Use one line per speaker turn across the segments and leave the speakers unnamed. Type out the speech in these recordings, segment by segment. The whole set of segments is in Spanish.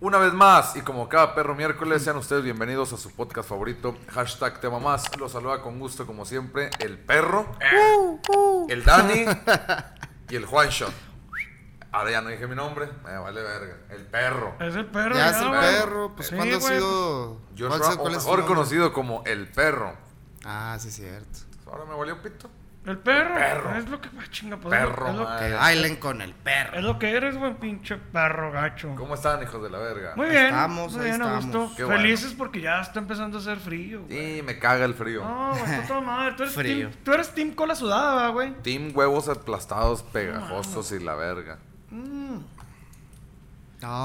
Una vez más, y como cada perro miércoles, sean ustedes bienvenidos a su podcast favorito, hashtag tema más. Los saluda con gusto, como siempre, el perro, el Dani y el Juancho. Ahora ya no dije mi nombre, me vale verga. El perro.
Es el perro.
Ya es el
güey.
perro, pues
Sí,
¿cuándo ha
güey. pues,
sido?
Yo
cuál
era-
se-
o
cuál es su
mejor
nombre?
conocido como el perro.
Ah, sí, es cierto.
Ahora me valió pito.
El perro.
Perro.
Es lo que más chinga. pues,
Perro,
es, lo,
madre.
Que bailen con el perro.
es lo que eres, buen pinche perro gacho.
¿Cómo están, hijos de la verga?
Muy bien.
estamos,
muy
ahí
bien, a
estamos.
gusto.
Qué
Felices porque ya está empezando a hacer frío. güey.
Y me caga el frío.
No, güey, está toda madre. Tú eres,
Frío.
Team, tú eres team cola sudada, ¿verdad, güey.
Team huevos aplastados, pegajosos y la verga.
No,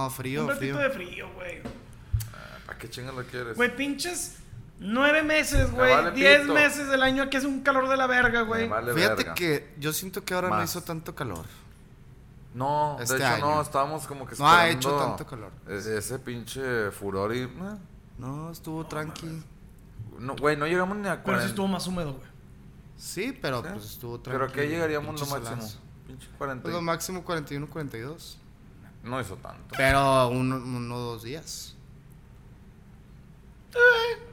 Un
frío,
Mm, ratito
frío.
de frío, güey.
¿A Ah, qué chingas lo quieres?
Güey, pinches nueve meses,
Me
güey.
vale
diez
pito.
meses del año aquí es un calor de la verga,
Me
güey.
vale
Fíjate
verga.
que yo siento que ahora no
Más.
hizo tanto calor.
No, de
este
hecho
año.
no, estábamos como que
No ha
esperando
hecho tanto calor.
Ese, ese pinche furor y... eh,
No, estuvo tranqui.
No, güey, no llegamos ni a
Pero sí
40.
estuvo más húmedo, güey.
Sí, pero
¿Eh?
pues estuvo tranqui.
Pero que ahí llegaríamos lo
Pinche
máximo.
solazo.
Pinche 40.
Pues, lo máximo 41, 42.
No hizo tanto.
Pero uno, uno o dos días.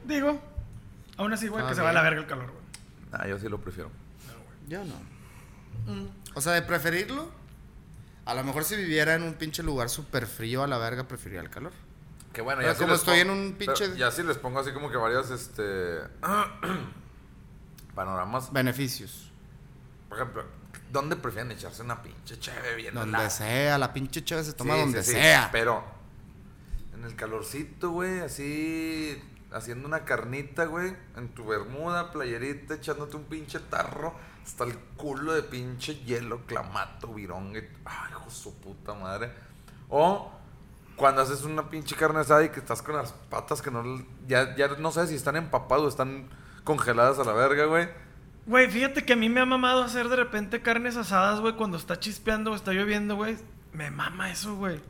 Digo, aún así, güey,
Ah,
que se va a
bien.
la verga el calor, güey.
Ah, yo sí lo prefiero.
Yo no.
Mm.
O sea, de preferirlo, a lo mejor si viviera en un pinche lugar súper frío a la verga, preferiría el calor.
Que bueno,
Pero
ya
como
sí les
estoy
pon-
en un pinche-
pero Ya sí les pongo así como que varias, este... panoramas.
Beneficios.
Por ejemplo, ¿dónde prefieren echarse una pinche cheve bien
Donde
helada?
sea, la pinche chave se toma
Sí,
donde
sí, sí,
sea.
Pero en el calorcito, güey, así haciendo una carnita, güey, en tu bermuda, playerita, echándote un pinche tarro hasta el culo de pinche hielo, clamato, virón. y- Ay, hijo de su puta madre. O cuando haces una pinche carne asada y que estás con las patas que no ya ya no sabes si están empapadas o están congeladas a la verga, güey.
Güey, fíjate que a mí me ha mamado hacer de repente carnes asadas, güey, cuando está chispeando o está lloviendo, güey. Me mama eso, güey.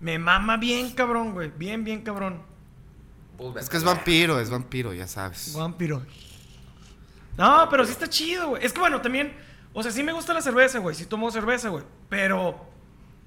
me mama bien, cabrón, güey. Bien, bien, cabrón.
Pues,
Es que es
vete.
vampiro, es vampiro, ya sabes.
Vampiro. No, pero sí está chido, güey. Es que bueno, también. O sea, sí me gusta la cerveza, güey. Sí tomo cerveza, güey. Pero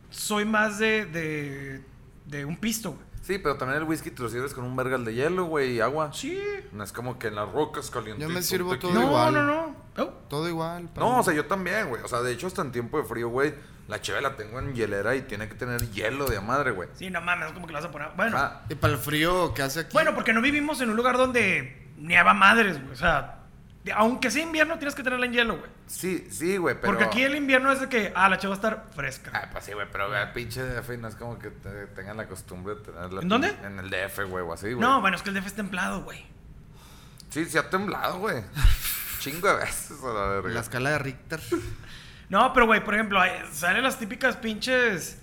soy más de. de, de un pisto, güey.
Sí, pero también el whisky te lo sirves con un vergal de hielo, güey, y agua.
Sí.
No es como que en las rocas calientito.
Yo me sirvo
un
todo
tequila.
No,
igual.
no, no. Oh,
Todo igual. para
No,
mí.
o sea, yo también, güey. O sea, de hecho, hasta en tiempo de frío, güey, la cheve la tengo en hielera y tiene que tener hielo de madre, güey.
Sí, no mames, como que la vas a poner. Bueno.
Ah,
Y para el frío que hace aquí.
Bueno, porque no vivimos en un lugar donde nieva madres, güey. O sea, de- aunque sea invierno, tienes que tenerla en hielo, güey.
sí, sí, güey, pero...
Porque aquí el invierno es de que, ah, la chava va a estar fresca.
Ah, pues sí, güey, pero güey, pinche DF y no es como que te- tengan la costumbre de tenerla...
¿En dónde?
En el DF, güey, o así, güey.
no, bueno, es que el DF es templado, güey.
Sí, se ha temblado, güey. Chingo de veces, a la verga.
La escala de Richter.
No, pero, güey, por ejemplo, ahí salen las típicas pinches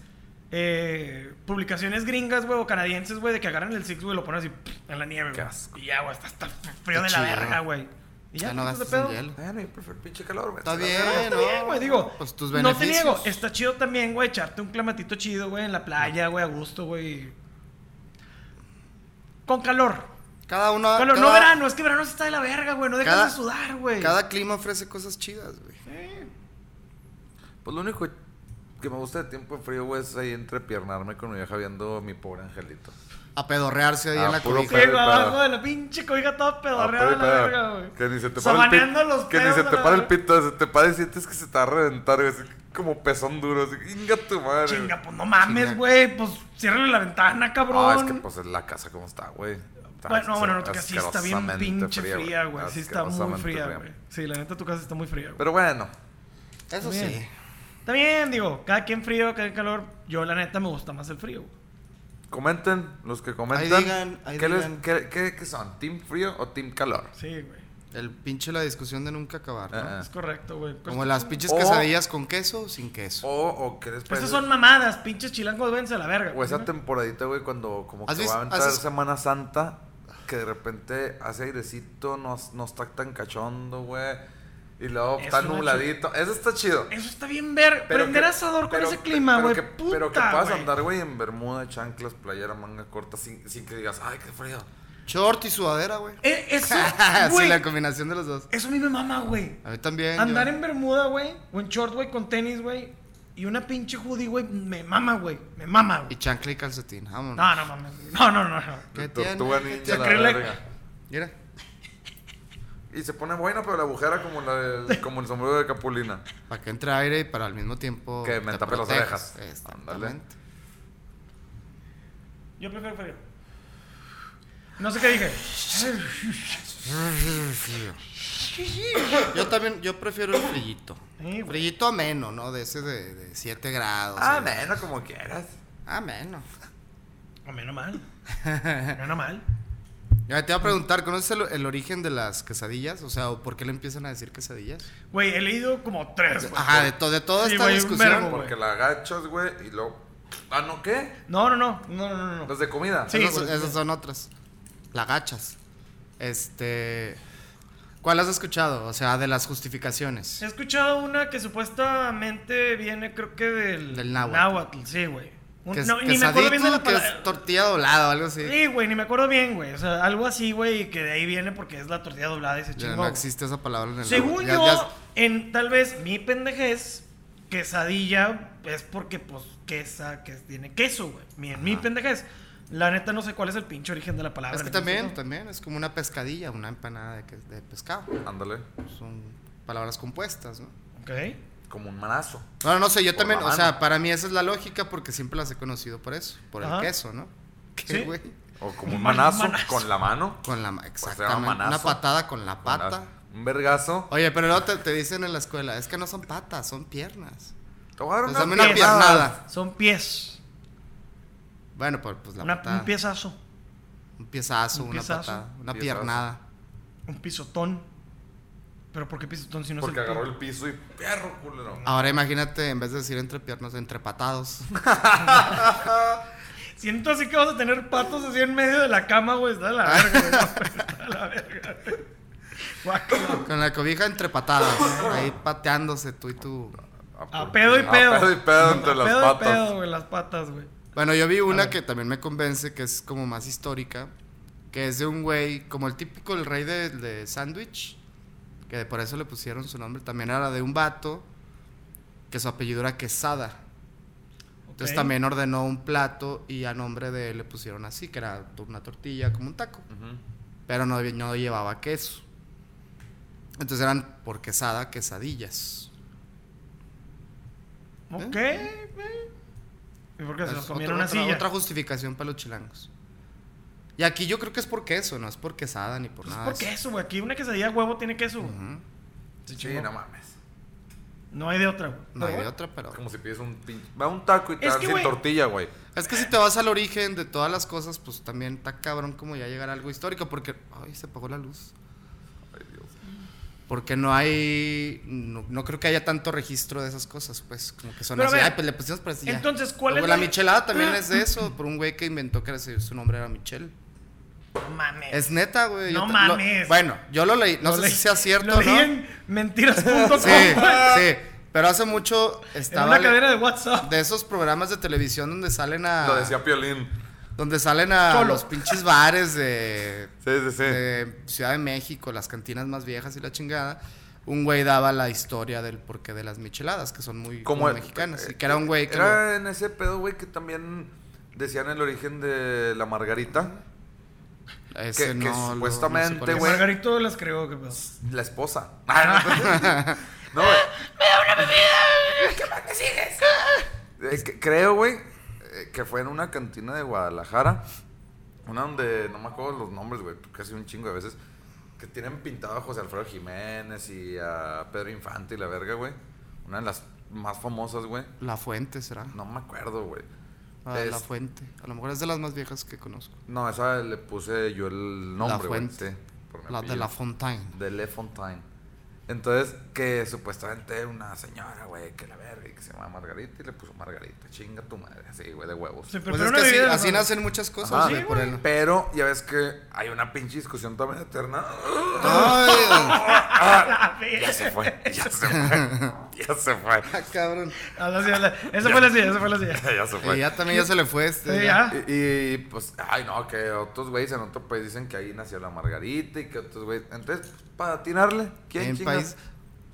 eh, publicaciones gringas, güey, o canadienses, güey, de que agarran el Six, güey, y lo ponen así pff, en la nieve,
Qué
güey.
asco.
Y ya, güey, está, está frío
Qué
de la
chido.
verga, güey. Y ya,
Ya no
¿qué estás
gastas
de
en
pedo?
hielo.
Bueno, yo prefiero el pinche calor, güey.
Está
A la
bien.
verga.
Está
no,
bien, güey, digo.
pues tus
No te
beneficios.
niego, está chido también, güey, echarte un clamatito chido, güey, en la playa, güey, a gusto, güey. Con calor.
Cada uno.
Calor, no
cada-
verano, es que verano sí está de la verga, güey, no dejas
cada-
de sudar, güey.
Cada clima ofrece cosas chidas, güey.
Pues lo único que me gusta de tiempo de frío, güey, es ahí entrepiernarme con mi vieja viendo mi pobre angelito.
A pedorrearse ahí
Ah,
en la
puro
cobija.
Sí,
pedo y
güey,
pedo.
abajo de la pinche cobija toda pedorreada de la
Ah,
verga, güey.
Que ni se te para el
Sabaneando
pito.
los
que ni
pedos
se
a
te
la
para el
verga.
pito. Se te para y sientes que se te va a reventar, güey. así Como pezón duro. Así, inga tu madre.
Chinga, pues no mames,
Chinga.
güey, pues ciérrale la ventana, cabrón.
Ah, es que pues es la casa como está, güey. Está
Bueno, no, bueno, no, tu casa sí está bien
asquerosamente
pinche fría, güey. Sí está muy
Asquerosamente
fría, güey. Sí, la neta tu casa está muy fría, güey.
Pero bueno,
Eso
Bien.
sí.
Está bien, digo, cada quien frío, cada quien calor. Yo, la neta, me gusta más el frío. güey.
comenten, los que comentan.
Ahí digan, ahí
¿qué, les-
digan.
qué- qué- qué son? ¿Team frío o team calor?
Sí, güey.
El pinche la discusión de nunca acabar, ¿no?
Ah, ah.
Es correcto, güey. Pues
Como las pinches
O-
quesadillas con queso o sin queso.
O, o qué les parece.
pues Esas son mamadas, pinches chilangos, vénse a la verga.
O esa
güey.
temporadita, güey, cuando como que
¿Has vis-
va a entrar
has-
Semana Santa, que de repente hace airecito, no, no está tan cachondo, güey. Y luego
Es
está
una Eh,
nubladito. Eso está chido.
Eso está bien ver. Prender
que-
asador con
pero
ese
que-
clima,
pero
güey.
que-
Puta,
Pero que puedas
güey.
andar, güey, en bermuda, chanclas, playera, manga corta, sin, sin que digas, ay, qué frío.
Short y sudadera, güey.
Eh, eso, güey.
sí, la combinación de los dos.
Eso a mí me mama, güey.
A mí también.
Andar
yo-
en bermuda, güey. O en short, güey, con tenis, güey. y una pinche hoodie, güey, me mama, güey. Me mama,
Y
güey.
chancla y calcetín, vámonos.
No, no mames. No, no, no, no.
¿Qué tiene?
Tortuga
¿Qué
ninja,
tiene?
la
Acrílico.
verga.
Mira.
Y se pone buena, pero la agujera como, la del- como el sombrero de Capulina.
Para que entre aire y para al mismo tiempo.
Que me
te
tape las
protejas.
orejas.
Exactamente.
Yo prefiero frío. No sé qué dije.
Yo también, yo prefiero el frillito.
Sí, güey.
Frillito ameno, ¿no? De ese de, de 7 grados.
Ah,
¿no?
menos como quieras.
Ameno.
O menos mal. Menos mal.
Ya te iba a preguntar, ¿conoces el, el origen de las quesadillas? O sea, ¿o ¿por qué le empiezan a decir quesadillas?
Güey, he leído como tres, güey.
Ajá, de, to- de toda
Sí,
esta
güey, un verbo,
discusión.
güey.
Porque la agachas, güey, y luego. Ah, no, ¿qué?
No, no, no. No, no, no, no.
Las de comida.
Sí,
esas,
güey.
esas son otras. Lagachas. Este. ¿Cuál has escuchado? O sea, de las justificaciones.
He escuchado una que supuestamente viene, creo que del.
Del náhuatl.
sí, güey. Un-
Que es-
no, ni me acuerdo bien de la
quesadito, que
palabra.
es tortilla doblada o algo así.
Sí, güey, ni me acuerdo bien, güey. O sea, algo así, güey, y que de ahí viene porque es la tortilla doblada y se
Ya
chingó.
no
güey.
existe esa palabra en el
Según
ya-
yo,
ya-
en tal vez mi pendejez, quesadilla es porque, pues, quesa, que tiene queso, güey. Mi- En mi pendejez. La neta no sé cuál es el pinche origen de la palabra.
es que
ni me
también,
acuerdo.
también es como una pescadilla, una empanada de, que- de pescado.
Ándale.
Son palabras compuestas, ¿no?
Ok.
Como un manazo.
Bueno, no sé, yo
Por
también,
la
o sea,
mano.
para mí esa es la lógica porque siempre las he conocido por eso, por
Ajá.
el queso, ¿no?
Sí.
¿Qué, güey?
O como un
Un
manazo,
manazo.
con la mano.
Con la, ma-
llama
exactamente, una
Pues manazo.
patada con la pata.
Un vergazo.
Oye, pero luego te, te dicen en la escuela, es que no son patas, son piernas.
Te voy a dar
Pues
una
dame una
piernada.
piernada.
Son pies.
Bueno, pues, pues la
Una-
patada.
un piezazo.
Un piezazo,
un
una
piezazo.
patada, una
Piezazo.
piernada.
Un pisotón. ¿Pero por qué pisotón si no
Porque
es el
agarró
pie?
el piso y perro, culero.
Ahora imagínate, en vez de decir entre piernas, entre patados.
Siento así que vas a tener patos así en medio de la cama, güey. Está de la verga, güey. pues, Está de la verga. Guácala.
Con la cobija entre patadas. ahí pateándose tú y tú.
A pedo y pedo.
A pedo y pedo entre
A
las
pedo y
patas.
pedo, güey, las patas, güey.
Bueno, yo vi una que también me convence, que es como más histórica, que es de un güey, como el típico, el rey de, de sándwich, que por eso le pusieron su nombre, también era de un vato, que su apellido era Quesada. Entonces
Ok.
también ordenó un plato y a nombre de él le pusieron así, que era una tortilla como un taco,
Ujú.
pero no, no llevaba queso. Entonces eran por quesada, quesadillas.
Ok. eh. ¿Y por qué se
Es
los comieron una
otra, otra-
silla? Pues,
otra justificación para los chilangos. Y aquí yo creo que es por queso, no es por quesada ni por
Pues
nada.
¿Por
de eso.
queso, güey? Aquí una quesadilla de huevo tiene queso, güey.
Ujú.
Se
Sí,
chingó.
no mames.
No hay de otra, güey.
No hay
Pero
de
bueno,
otra, pero.
Es como si pides un pin- Va un taco y te
Es
dan
que,
sin
güey.
tortilla, güey.
Es que si te vas al origen de todas las cosas, pues también está cabrón como ya llegar a algo histórico, porque. Ay, se apagó la luz.
Ay, Dios.
Porque no hay. No, no creo que haya tanto registro de esas cosas, pues. Como que son
Pero a
así.
ver,
Ay, pues le pusimos para así ya".
entonces, ¿cuál
Luego
es
la
la- Ah.
michelada también es de eso, por un güey que inventó que era- su nombre era Michelle.
No mames.
Es neta, güey. yo
No
te- lo-
mames.
bueno, yo lo leí. No
Lo
sé
leí-
si sea cierto,
Lo leí
¿no?
en mentiras.com.
Sí, sí. Pero hace mucho
En
estaba
una
le-
cadena de WhatsApp.
de esos programas de televisión donde salen a.
Lo decía Piolín.
Donde salen a
Cholo.
los pinches bares de,
Sí, sí, sí.
de Ciudad de México, las cantinas más viejas y la chingada. Un güey daba la historia del porqué de las micheladas, que son muy
Como
como
el-
mexicanas.
eh,
Y que era un güey que.
Era en ese pedo, güey, que también decían el origen de la margarita.
lo- ese
que- que
no lo- no sé
supuestamente,
cuál es.
güey.
Margarito las creó, qué pedo.
La esposa. Ah, no, güey. Eh, que- creo, güey, eh, que fue en una cantina de Guadalajara. Una donde no me acuerdo los nombres, güey, casi un chingo de veces. Que tienen pintado a José Alfredo Jiménez y a Pedro Infante y la verga, güey. Una de las más famosas, güey.
La fuente será.
No me acuerdo, güey.
Ah, La
Es-
fuente. A lo mejor es de las más viejas que conozco.
No, esa le puse yo el nombre, güey.
Fuente.
sí, por mi
La de
apellido.
la Fontaine.
de Le Fontaine. Entonces, que supuestamente una señora, güey, que la verga, y que se llama Margarita y le puso Margarita, chinga tu madre, así, güey, de huevos.
Se
Pues
preparó
es
una
que así,
bebida.
así
¿no?
nacen muchas cosas,
Ajá.
güey,
Sí,
por
güey.
el-
Pero ya ves que hay una pinche discusión también eterna.
Ay,
La verga.
Ya se fue, ya se fue, ya se fue,
cabrón.
Ah, la silla, la- Esa fue la silla, esa fue la silla.
ya se
Y
fue.
Eh, ya también ya se le fue este.
Sí,
ya.
Eh, ya.
Y, y, pues, ay, no, que otros güeyes en otro país dicen que ahí nació la Margarita y que otros güeyes. Entonces, para pues, atinarle, ¿quién
En
chingas?
país.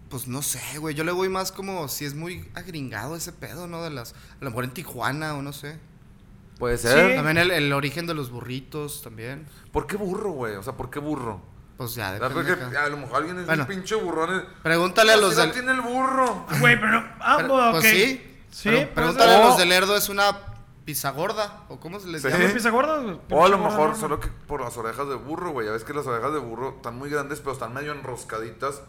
Pues no sé, güey. Yo le voy más como si es muy agringado ese pedo, ¿no? De las. A lo mejor en Tijuana o no sé.
Puede
Sí.
ser.
También el, el origen de los burritos, también.
¿Por qué burro, güey? O sea, ¿por qué burro?
Pues ya,
Ah,
depende
porque
acá.
a lo mejor alguien es
Bueno.
un pinche burrón. eh.
Pregúntale a los
de...
del.
tiene el burro?
Güey, pero no. Ah,
Pre-
bueno, ok.
Pues sí.
Sí, ah,
Pre-
puede
pregúntale
ser.
a
O-
los del Lerdo, es una pisagorda. ¿O cómo se les
Sí.
¿Llaman
llama?
pizza gorda,
O
güey?
a lo
Pizza gorda,
mejor
Pues, ¿no?
solo que por las orejas de burro, güey. Ya ves que las orejas de burro están muy grandes, pero están medio enroscaditas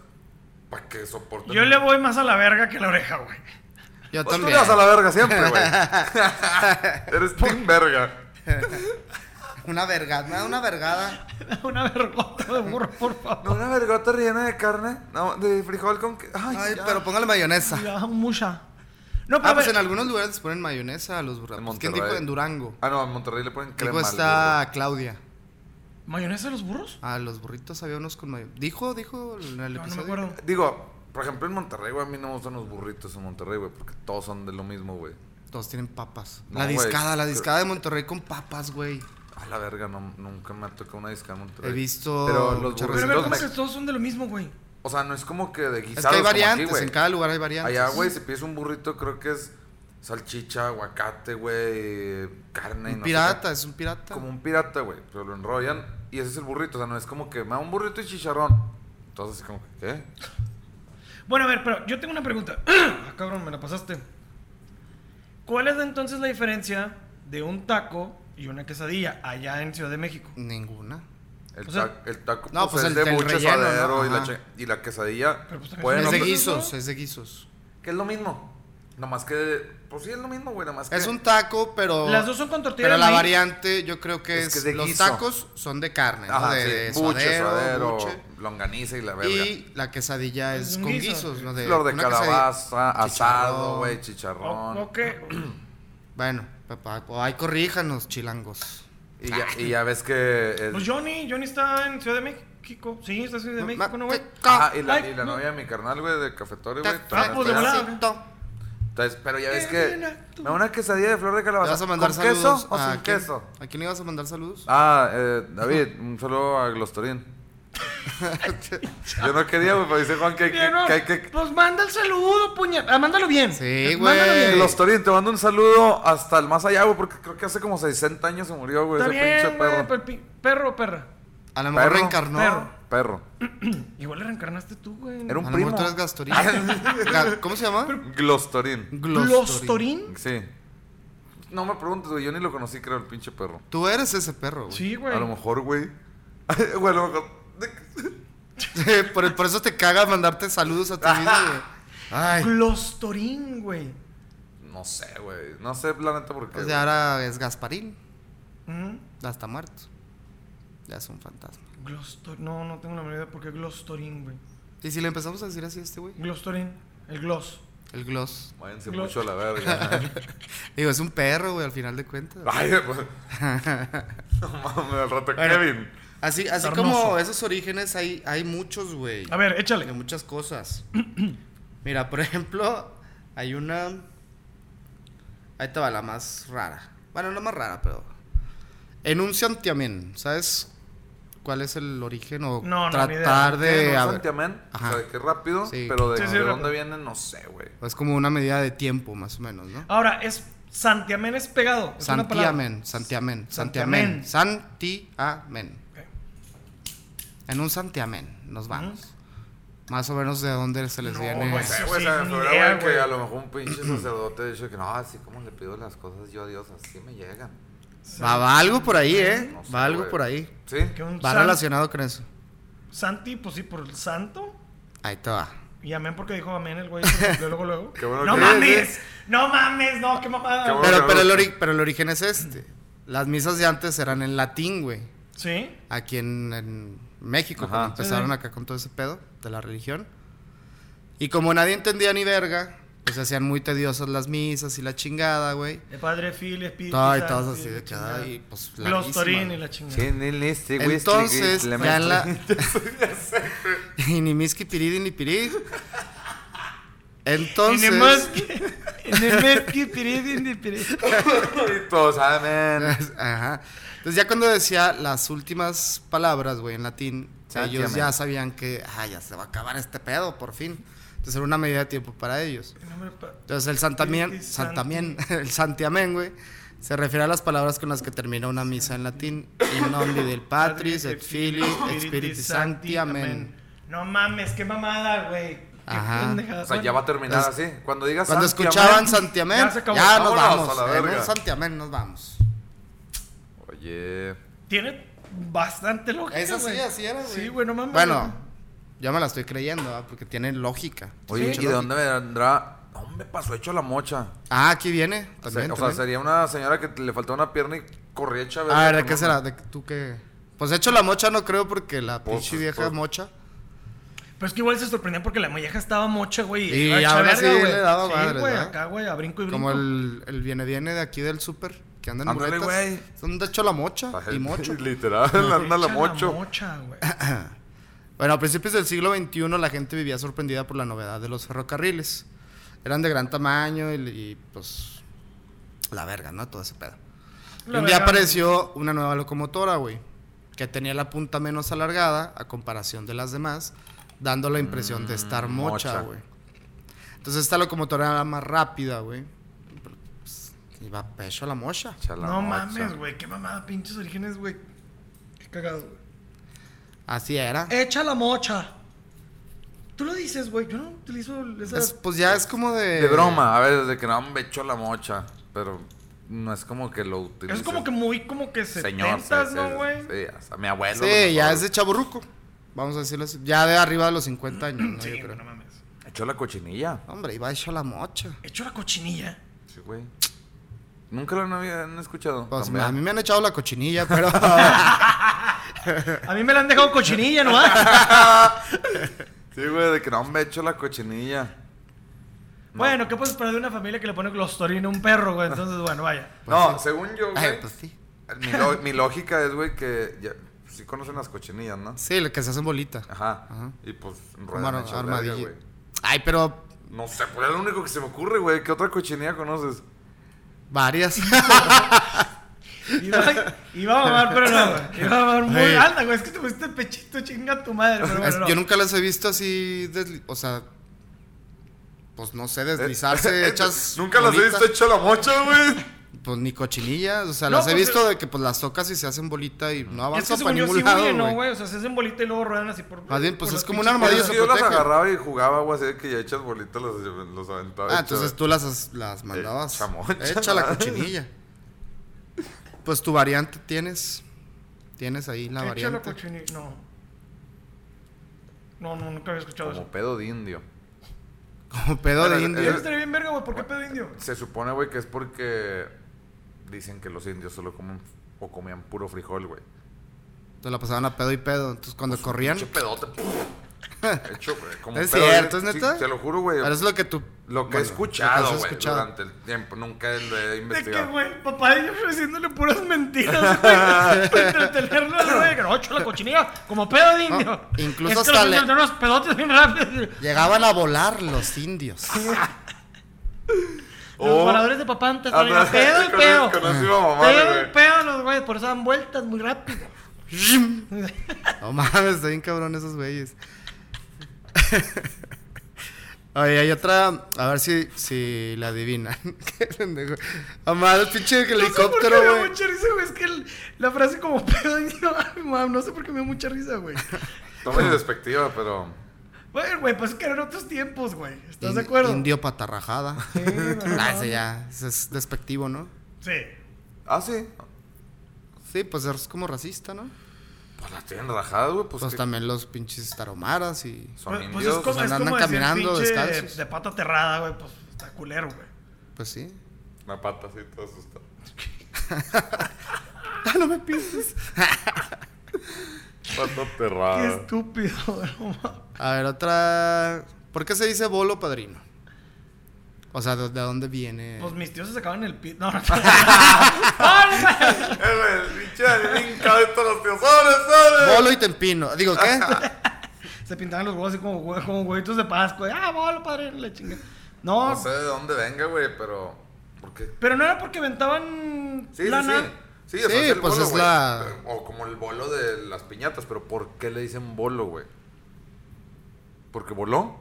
para que soporten.
Yo le voy más a la verga que a la oreja, güey.
Yo
Pues tú
también.
le vas a la verga siempre, güey. Eres team verga.
Una vergada, me da una vergada.
Una vergota de burro, por favor.
No, una vergota rellena de carne. No, de frijol con. que- Ay,
Ay,
ya.
pero póngale mayonesa.
Ya, mucha. No, pero.
Ah,
a
pues
ver,
en algunos lugares les ponen mayonesa a los
En
burritos. pues, ¿Quién
Monterrey.
dijo? En Durango.
Ah, no, en Monterrey le ponen crema.
Dijo
al
está Claudia.
¿Mayonesa de los burros?
A los burritos había unos con mayonesa. ¿Dijo? ¿Dijo en el
No, no me
episodio?
acuerdo.
burro. Digo, por ejemplo, en Monterrey, güey, a mí no me gustan los burritos en Monterrey, güey, porque todos son de lo mismo, güey.
Todos tienen papas.
No,
la
güey.
discada, la discada de Monterrey con papas, güey.
A la verga, no, nunca me ha tocado una disca en Monterrey.
He visto
Pero los
muchas
Pero a ver,
burritos.
¿cómo que
me-
todos son de lo mismo, güey?
O sea, no es como que de
Es
guisados.
que hay
como aquí,
variantes,
güey.
en cada lugar hay variantes.
Allá, güey, si pides un burrito, creo que es salchicha, aguacate, güey, carne. y
Un
no sé
pirata,
qué.
es un pirata.
Como un pirata, güey. Pero lo enrollan y ese es el burrito. O sea, no es como que me da un burrito y chicharrón. Entonces, como que, ¿qué?
Bueno, a ver, pero yo tengo una pregunta. Ah, cabrón, me la pasaste. ¿Cuál es entonces la diferencia de un taco y una quesadilla allá en Ciudad de México?
Ninguna.
El,
O sea,
ta- el taco
no, pues,
es
el
de
del
mucho
relleno, ¿no?
asadero y, la
Ajá.
che- y la quesadilla.
Pero, pues, también
pueden
Bueno,
es de
ofrecer-
pues,
guisos,
¿no?
es de guisos.
Que es lo mismo. Nomás que. Pues sí, es lo mismo, güey. Nomás que.
Es un taco, pero.
Las dos son con tortilla
Pero
de
la
maíz.
variante, yo creo que
Es
es.
que de
los
guiso.
tacos son de carne, ¿no?
Ajá,
de,
sí, buche,
de suadero,
suadero,
buche.
longaniza y la verga.
Y la quesadilla
Es
es
un
con
guiso.
guisos, ¿no? De,
Flor de
una quesadilla-
calabaza, asado,
chicharrón.
güey, chicharrón.
O- o que-
Bueno, papá, pues ahí corríjanos, chilangos.
Y, ya, y ya ves que. es-
Pues Johnny, Johnny está en Ciudad de México. Sí, está en Ciudad de México, ¿no, güey?
Ajá, Ah,
Ah, pues,
y la,
Ay,
y la
no.
novia de mi carnal, güey, de cafetorio, güey.
Te-
también
pues,
está
de
allá.
volada.
Entonces, pero ya ves que.
Elena, tú.
Me da una quesadilla de flor de
¿Le
calabaza.
vas a mandar
¿Con
saludos?
queso o
¿A
sin
quién-
queso?
¿A quién le ibas a mandar saludos?
Ah, eh, David, un saludo a Glostorín. Yo no quería, güey, pero dice Juan que hay que.
Bien, ¿no?
que hay que-
Pues manda el saludo, puñal. Ah, mándalo bien.
Sí,
Mándalo bien.
güey.
Glostorín, te mando un saludo hasta el más allá, güey, porque creo que hace como 60 años se murió, güey,
Está
ese Pues pinche
bien, güey,
perro.
pero el pi- perro o perra.
A lo mejor
Perro,
reencarnó.
perro.
Perro.
Igual le reencarnaste tú, güey.
Era un
A lo mejor
primo.
tú eres Gastorín. Ga- ¿Cómo se llama?
Glostorín.
¿Glostorín?
Sí. No me preguntes, güey, yo ni lo conocí, creo, el pinche perro.
Tú eres ese perro, güey.
Sí, güey.
A lo mejor, güey. Güey, a lo mejor.
por, por eso te caga mandarte saludos a ti mismo, güey. Ay.
Glostorín, güey.
No sé, güey. No sé, la neta, por qué.
Pues
güey.
ya ahora es Gasparín.
Ujú.
Ya está muerto. Ya es un fantasma.
Glostor- No, no tengo la menor idea por qué Glostorín, güey.
¿Y si le empezamos a decir así a este güey?
Glostorín. El gloss.
El gloss.
Váyanse
Lo-
mucho a la verga.
Digo, es un perro, güey, al final de cuentas.
Ay, pues. No mames, al rato
Bueno.
Kevin.
Así, así
Sarnoso.
como esos orígenes hay, hay muchos, güey.
A ver, échale.
De muchas cosas. Mira, por ejemplo, hay una. Ahí te va la más rara. Bueno, no más rara, pero. Enunciantiamen. ¿Sabes cuál es el origen? O
No, no, ni
tratar
¿Qué,
de.
no
a
es
ver,
Santiamén? O
Ajá.
sea, que rápido,
Sí.
pero de,
Sí, sí,
de
rápido.
dónde viene, no sé, güey.
es como una medida de tiempo, más o menos, ¿no?
Ahora, es Santiamén es pegado. Ah, Es una palabra.
Santiamen, Santiamen, Santiamen, Santiamen.
Ok.
En un Santiamen nos vamos. Más o menos de dónde se les
No, pues,
viene.
güey,
No sé,
Eso
güey,
sí,
se me
ni
figura,
idea,
güey,
güey.
que a lo mejor un pinche sacerdote dice que no, así como le pido las cosas yo a Dios, así me llegan.
Va, va algo por ahí, ¿eh?
No sé,
va algo
güey.
por ahí.
Sí.
Que un
Va
san-
relacionado con eso.
Santi, pues sí, por el santo.
Ahí te va.
Y amén porque dijo amén el güey. se sintió luego, luego.
Qué bueno
no
que- ¿eh?
mames. No mames, no, qué mamada.
Qué bueno.
Pero, pero, el
claro.
ori- pero el origen es este. Las misas de antes eran en latín, güey.
Sí.
Aquí en, en México,
Ajá.
cuando
Sí,
empezaron
sí.
acá con todo ese pedo de la religión. Y como nadie entendía ni verga, pues se hacían muy tediosas las misas y la chingada, güey.
El padre Phil, Espíritu.
Todo, y
Santo,
todos así
la
de que,
chingada.
ay, pues,
Glostorín
larguísima.
y la chingada.
Sí, ni este, güey, este, güey,
Entonces,
le
ya en la.
metí.
y ni miski piridi ni pirid. Entonces.
Y todos, amén.
Ajá. Entonces ya cuando decía las últimas palabras, güey, en latín,
Santiamen.
ellos ya sabían que, ah, ya se va a acabar este pedo, por fin. Entonces era una medida de tiempo para ellos.
El nombre pa-
Entonces el Santamien,
Santi.
Santamien, el Santiamén, güey, se refiere a las palabras con las que termina una misa en latín. In nomine del Patris, et Filii, et Spiritus Sancti, amén.
No mames, qué mamada, güey. Qué
Ajá.
pendejada.
O sea, ya
Bueno,
va a terminar
Es-
así. Cuando digas
Cuando
Santi,
escuchaban
amén.
Santiamén,
Ya
ya,
se acabó.
nos
Vámonos a
vamos.
la
En
verga.
un Santiamén nos vamos.
Oye.
Tiene bastante lógica,
Es así,
güey.
así era, güey.
Sí, güey, no mames.
Bueno, yo me la estoy creyendo, ¿ah? porque tiene lógica.
Oye,
Mucha
¿y de
lógica.
dónde vendrá? No, me pasó hecho la mocha.
Ah, aquí viene.
O sea,
También,
o sea,
también. Ah,
sería una señora que le faltaba una pierna y corría hecha verga
A ver, ¿de
con
qué
una-
será? ¿De tú qué? Pues de hecho la mocha no creo porque la
Pues,
pinche
pues,
vieja
pues.
mocha.
Pero Pues es que igual se sorprendían porque la molleja estaba mocha, güey.
Y
iba hecha
ahora
verga,
sí
güey.
le daba
Sí,
madres,
güey,
¿verdad?
acá, güey, a brinco y brinco.
Como el, el viene viene de aquí del súper que andan en
Ándale,
muletas.
güey.
Son de hecho la mocha y mocho.
Literal, anda la
Echa
mocho.
mocha, güey.
Bueno, a principios del siglo XXI la gente vivía sorprendida por la novedad de los ferrocarriles. Eran de gran tamaño y, y, pues la verga, ¿no? Todo ese pedo. Y
La
un día
verga.
apareció una nueva locomotora, güey, que tenía la punta menos alargada a comparación de las demás, dando la impresión de estar
Mm, mocha.
mocha, güey. Entonces esta locomotora era más rápida, güey. Pero, pues, Iba pecho la mocha.
Echa la
No
mocha.
mames, güey. Qué mamada, pinches orígenes, güey. Qué cagado, güey.
Así era.
Echa la mocha. Tú lo dices, güey. Yo no utilizo esas.
Es- pues ya es como de...
De broma, a ver, desde que no me echó la mocha. Pero no es como que lo utilice.
Es como que muy como que
señor.
setentas,
sí, sí,
¿no, güey?
Sí, hasta mi abuelo. a lo
Sí, ya
mejor
es de chaburruco. Vamos a decirlo así. Ya de arriba de los 50 años, ¿no?
Sí,
Yo
güey,
creo.
no mames.
Echó la cochinilla.
Hombre, iba hecho la mocha.
Echo la cochinilla.
Sí, güey. Nunca lo habían escuchado.
Pues
También.
a mí me han echado la cochinilla, pero...
A mí me la han dejado cochinilla, ¿no? Ah.
Sí, güey, de que no me echo la cochinilla.
Bueno, ¿qué puedes esperar de una familia que le pone glostorina a un perro, güey? Entonces, bueno, vaya.
Pues
no,
sí.
según yo, güey.
Ay, pues sí.
mi, lo- mi lógica es, güey, que ya, sí conocen las cochinillas, ¿no?
Sí, la que se hacen bolita.
Ajá.
Ajá.
Y pues
Como
ruedan
ar-
hechas verga,
armadillo.
güey.
Ay, pero
No sé, pues es lo único que se me ocurre, güey. ¿Qué otra cochinilla conoces?
varias.
Iba, iba a mamar, pero no, güey. Iba a mamar muy
Ey.
alta, güey. Es que te pusiste pechito, chinga tu madre. Pero
Es-
bueno, no.
Yo nunca las he visto así, desli- o sea, pues no sé, deslizarse, hechas.
Eh, Este, Nunca las he
bolitas.
visto hecho la mocha, güey.
Pues ni cochinillas, o sea,
No,
las he
pues,
visto de que pues las tocas y se hacen bolita y no
Es que
avanzan para
según yo
ningún
sí
lado.
huyen, ¿no,
güey.
Ah,
güey? O sea, se hacen bolita y luego ruedan así por...
Más bien,
por
pues, es
las
como
pinches
un
piedras.
armadillo,
Sí,
se
yo las
protegen.
agarraba y jugaba, güey, así de que ya hechas bolitas los, los aventaba.
Ah,
hechas.
entonces tú las, has-
Eh,
las mandabas.
Hecha mocha.
Echa la cochinilla. Pues tu variante tienes. Tienes ahí
Echa
la
la
variante.
cochinilla. No. No, no, nunca había escuchado
Como
eso.
pedo de indio.
Como pedo
Pero,
de
eh,
Eso
indio.
estaría bien verga, güey. ¿Por qué pedo indio?
Se supone, güey, que es porque dicen que los indios solo comen o comían puro frijol, güey.
Te la pasaban a pedo y pedo. Entonces cuando corrían.
Pinche pedote. Hecho, güey, como
¿Es
pedo de-
cierto? ¿Es
sí,
neta?
te lo juro, güey.
Pero es lo que tú.
Lo que
bueno,
he
lo que
escuchado,
has
güey,
escuchado.
durante el tiempo. Nunca lo he
De que,
investigado.
güey, papá y yo ofreciéndole puras mentiras, güey. Para entretenerlo, güey. Que no, echa la cochinilla. Como pedo de indio.
No, incluso
es que
hasta
los
le-
indios tienen unos pedotes bien rápidos.
Llegaban a volar los indios.
O- Oh,
Los voladores de papá antes
Ah,
eran
no,
pedo y
con-
pedo.
con así como mamá,
Pedo
güey.
y pedo los güeyes. Por eso dan vueltas muy rápido.
No mames, está bien cabrón esos güeyes. Oye, hay otra. A ver si, si la adivinan. Qué pendejo. Amado, el pinche helicóptero,
No sé por qué me dio
güey.
mucha risa, güey. Es que el- la frase como pedo de indio. ay, mam, No sé por qué me dio mucha risa, güey.
No me despectiva, pero.
Bueno, güey, pues es que eran otros tiempos, güey. ¿Estás de
In-
acuerdo?
Indio patarrajada.
no
Ah, ese ya. ese es despectivo, ¿no?
Sí.
Ah, sí.
Sí, pues es como racista, ¿no?
Pues las tienen rajadas, güey. Pues,
Pues
que
también los pinches taromaras y.
son
Pues,
indios.
pues es como,
sea,
es
andan
como decir
caminando
pinche
descalzos.
de pata aterrada, güey. Pues está culero, güey.
Pues sí.
Una pata así, todo asustado.
Ah, no me pises.
Pata
Qué
aterrada.
estúpido, no mames.
A ver, otra. ¿Por qué se dice bolo padrino? O sea, ¿de, de dónde viene?
Pues mis tíos se sacaban el pito. No, no. ¡Ah,
El pinche brinca de todos los tíos. ¡Sobre, sobre!
Bolo y tempino. Digo, ¿qué?
no! se pintaban los huevos así como, hue- como huevitos de pascua. ¡Ah, bolo, padre! La chinga. No,
No sé de dónde venga, güey, pero. ¿Por qué?
pero no era porque aventaban
Sí,
lana.
sí, sí. Sí, o sea,
Sí,
es el
pues
bolo,
es
güey.
la-
O como el bolo de las piñatas, pero ¿por qué le dicen bolo, güey? ¿Porque voló?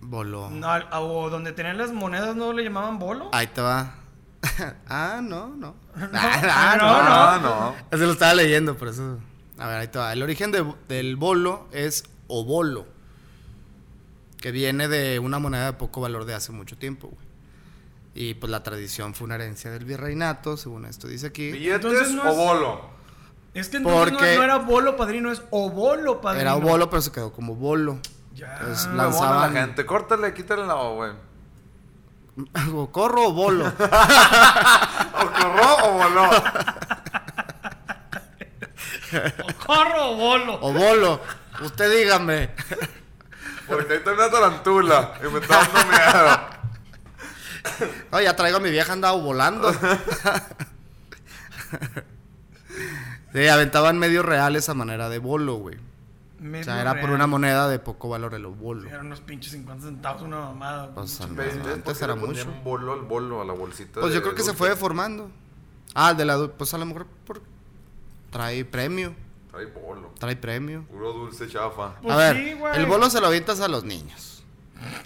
Voló.
No, al- a- o donde tenían las monedas no le llamaban bolo.
Ahí te va. ah, no, no.
ah, no,
Ah, no.
Se lo estaba leyendo, por eso. A ver, ahí te va. El origen de- del bolo es obolo, que viene de una moneda de poco valor de hace mucho tiempo, güey. Y pues la tradición fue una herencia del virreinato, según esto dice aquí.
¿Billetes
Entonces no
o
es-
bolo?
Es que entonces no-
Porque-
no, era bolo padrino, es obolo padrino.
Era obolo, pero se quedó como bolo.
Ya.
Pues,
Huevona
lanzaban-
la gente. Córtale, quítale la O, güey.
O corro o bolo.
¿O corró o voló?
O corro o bolo.
O bolo. Usted dígame.
Porque ahí está una tarantula y me está dando miedo.
No, ya traigo a mi vieja andado volando. sí, aventaban medios reales a manera de bolo, güey. O sea, era por una moneda de poco valor el obolo.
Eran unos pinches 50 centavos, una mamada.
O sea,
pinche
no.
¿Ves?
pedo.
¿Ves
antes
por qué
era
le ponían
mucho.
bolo al bolo, a la bolsita
Pues
de
yo creo que se
dulce?
fue deformando. Ah, el de la... du- Pues a lo mejor por- trae premio.
Trae bolo.
Trae premio.
Puro dulce chafa.
Pues
a ver,
sí, güey.
el bolo se lo avientas a los niños.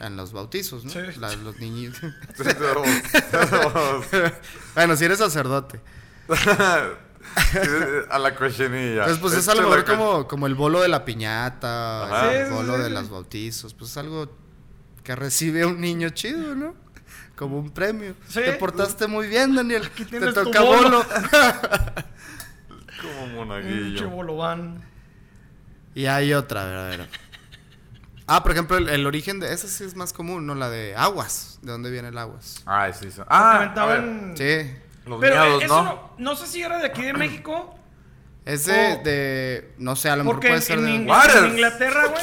En los bautizos, ¿no?
Sí.
La- los niños.
Tres dedos. tres dedos.
bueno, si eres sacerdote.
a la cochinilla.
Pues, pues es
Échale
algo
Este, la co-
como, como el bolo de la piñata,
Ajá.
el
Sí, sí,
bolo
sí,
de
sí.
los bautizos, pues es algo que recibe un niño chido, ¿no? Como un premio.
Sí.
Te portaste muy bien, Daniel. Te
tienes tu
toca
bolo.
bolo.
Como
Pinche
monaguillo.
bolobán.
y hay otra, a ver, a ver. Ah, por ejemplo, el, el origen de. Esa sí es más común, ¿no? La de aguas. ¿De dónde viene el aguas?
Ay, sí. sí.
Porque
Ah, a ver,
aventaban-
Sí.
los
Pero
miados,
eh, eso
¿no?
no, no sé si era de aquí de México,
Es de,
Oh.
de- No sé, a lo mejor
porque
puede
en,
ser
en
de.
Ingl-
Waters.
en Inglaterra, güey.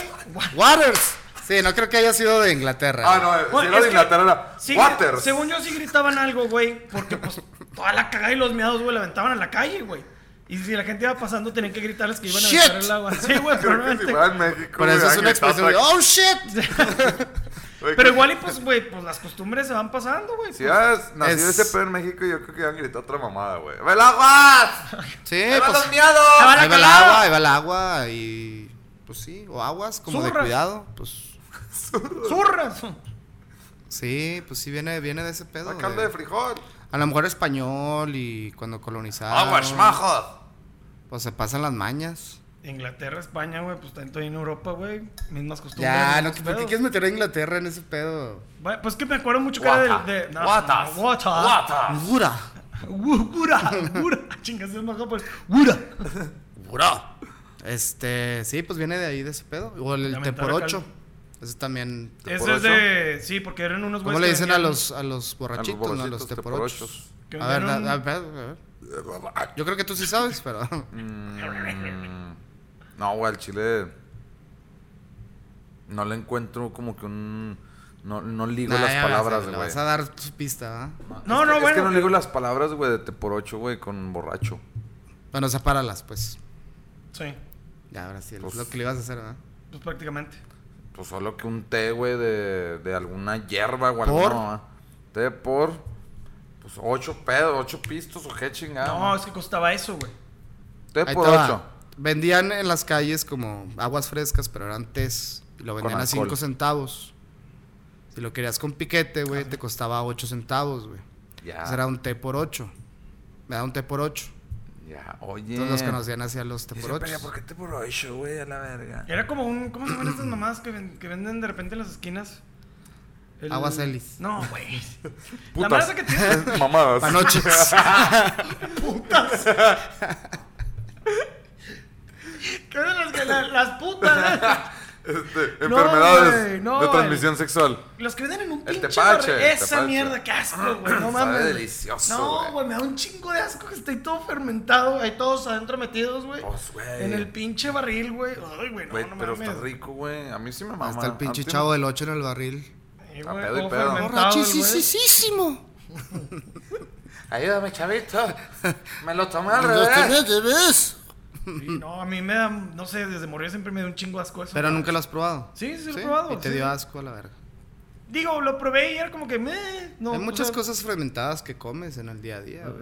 Waters. Sí, no creo que haya sido de Inglaterra.
Ah,
güey.
no, eh,
Bueno,
si era de
es que-
Inglaterra era
Sí,
Waters.
Según yo sí gritaban algo, güey, porque pues toda la cagada y los miados, güey, la aventaban a la calle, güey. Y si la gente iba pasando, tenían que gritarles que iban a
Shit.
aventar el agua. Sí, güey,
Creo que si
probablemente.
fuera en México.
Por
güey,
eso es una
ahí está,
expresión de. ¡Oh, shit!
güey,
Pero
que-
igual y pues, güey, pues las costumbres se van pasando, güey.
Si
pues.
ah.
hubieras nacido
Es-
ese pedo en México, yo creo que iban a gritar otra mamada, güey. ¡Ve el agua!
Sí,
¡Ve
pues.
los miados!
Se van a
Ahí va el
cagar.
agua, ahí va el agua y. Pues sí, o aguas, como de
Zurras.
cuidado. Pues
¡Zurras!
sí, pues sí, viene, viene de ese pedo.
La caldo
de-
de frijol.
A lo mejor español y cuando colonizaron.
¡Aguas, majos!
Pues se pasan las mañas.
Inglaterra, España, güey, pues tanto ahí en Europa, güey. Mismas costumbres.
Ya, no,
mismos
que- ¿por qué
pedos.
quieres meter a Inglaterra en ese pedo?
Bueno, Pues que me acuerdo mucho que era
Guata.
de... de no,
Guatas.
no, guata.
Guatas.
¡Gura!
Gu- Gura, gura. Chingas, es más pues. Gura.
¡Gura! Este, sí, pues viene de ahí de ese pedo. O el,
Lamentar
te por
acá
ocho. Ese también. te por
Ese es
ocho.
de... Sí, porque eran unos güeyes
¿Cómo le
que
dicen a
vendían-
los, a los borrachitos, no? A los
borrachitos,
te por ochos.
que
A ver, da-
vendían
da- a
un-
ver, a ver. Yo creo que tú sí sabes, pero.
Mm, No, güey, al chile. No le encuentro como que un. No, no ligo
Nah,
las
ya
palabras,
vas a- le
güey.
Vas a dar tu pista, ¿va?
No,
es
no,
que, Es que
bueno,
no
que-
ligo las palabras, güey, de te por ocho, güey, con borracho.
Bueno, sepáralas, pues.
Sí,
Ya, ahora sí,
Pues-
es lo que le ibas a hacer, ¿verdad?
pues prácticamente.
Pues solo que un té, güey, de, de alguna hierba, güey.
¿Por?
Té por. Pues ocho pedos, ocho pistos o qué
Ah,
chingado.
No, es que costaba eso, güey.
té
Ahí
por
te va.
ocho.
Vendían en las calles como aguas frescas, pero eran tés. Y lo
Con
vendían a
alcohol.
5 centavos. Si lo querías con piquete, güey,
Ah.
te costaba 8 centavos, güey.
Ya.
Entonces era un té por 8. Me da un té por 8.
Ya, oye.
Entonces los conocían hacia los té
Y
por
siempre,
8.
ya, ¿Por qué te por ocho, güey, a la verga?
Era como un... ¿Cómo se llaman estas mamadas que, ven- que venden de repente en las esquinas? El-
Aguas Elis.
No, güey. La
Putas.
masa que tiene...
Mamadas.
Panoches.
¿Qué eran las, que- la- las putas? ¿eh?
Este,
No,
enfermedades
güey, no,
de
güey.
transmisión sexual.
Los que venden en un
El
pinche
tepache,
barri-
el
Esa
tepache.
mierda, qué asco, güey. No
Sabe
mames.
delicioso, güey.
No, güey, me da un chingo de asco que esté todo fermentado. Ahí todos adentro metidos, güey.
Pues, güey.
En el pinche barril, güey. Ay, güey, no,
Güey,
no
pero
mames.
está rico, güey. A mí sí me mama.
Hasta el pinche
A ti
chavo del 8 en el barril.
Sí,
Está
güey,
pedo y
todo
pedo.
fermentado, el güey.
Borrachisisísimo.
no. Ayúdame, chavito. Me lo tomé al
Los
revés.
tenés de vez.
Sí, No, a mí me da, no sé, desde morir siempre me da un chingo asco eso.
Pero nunca lo has probado.
Sí, sí lo he probado,
Y te
sí.
dio asco a la verga.
Digo, lo probé y era como que meh, no.
Hay
o
muchas
sea,
cosas fermentadas que comes en el día a día, güey.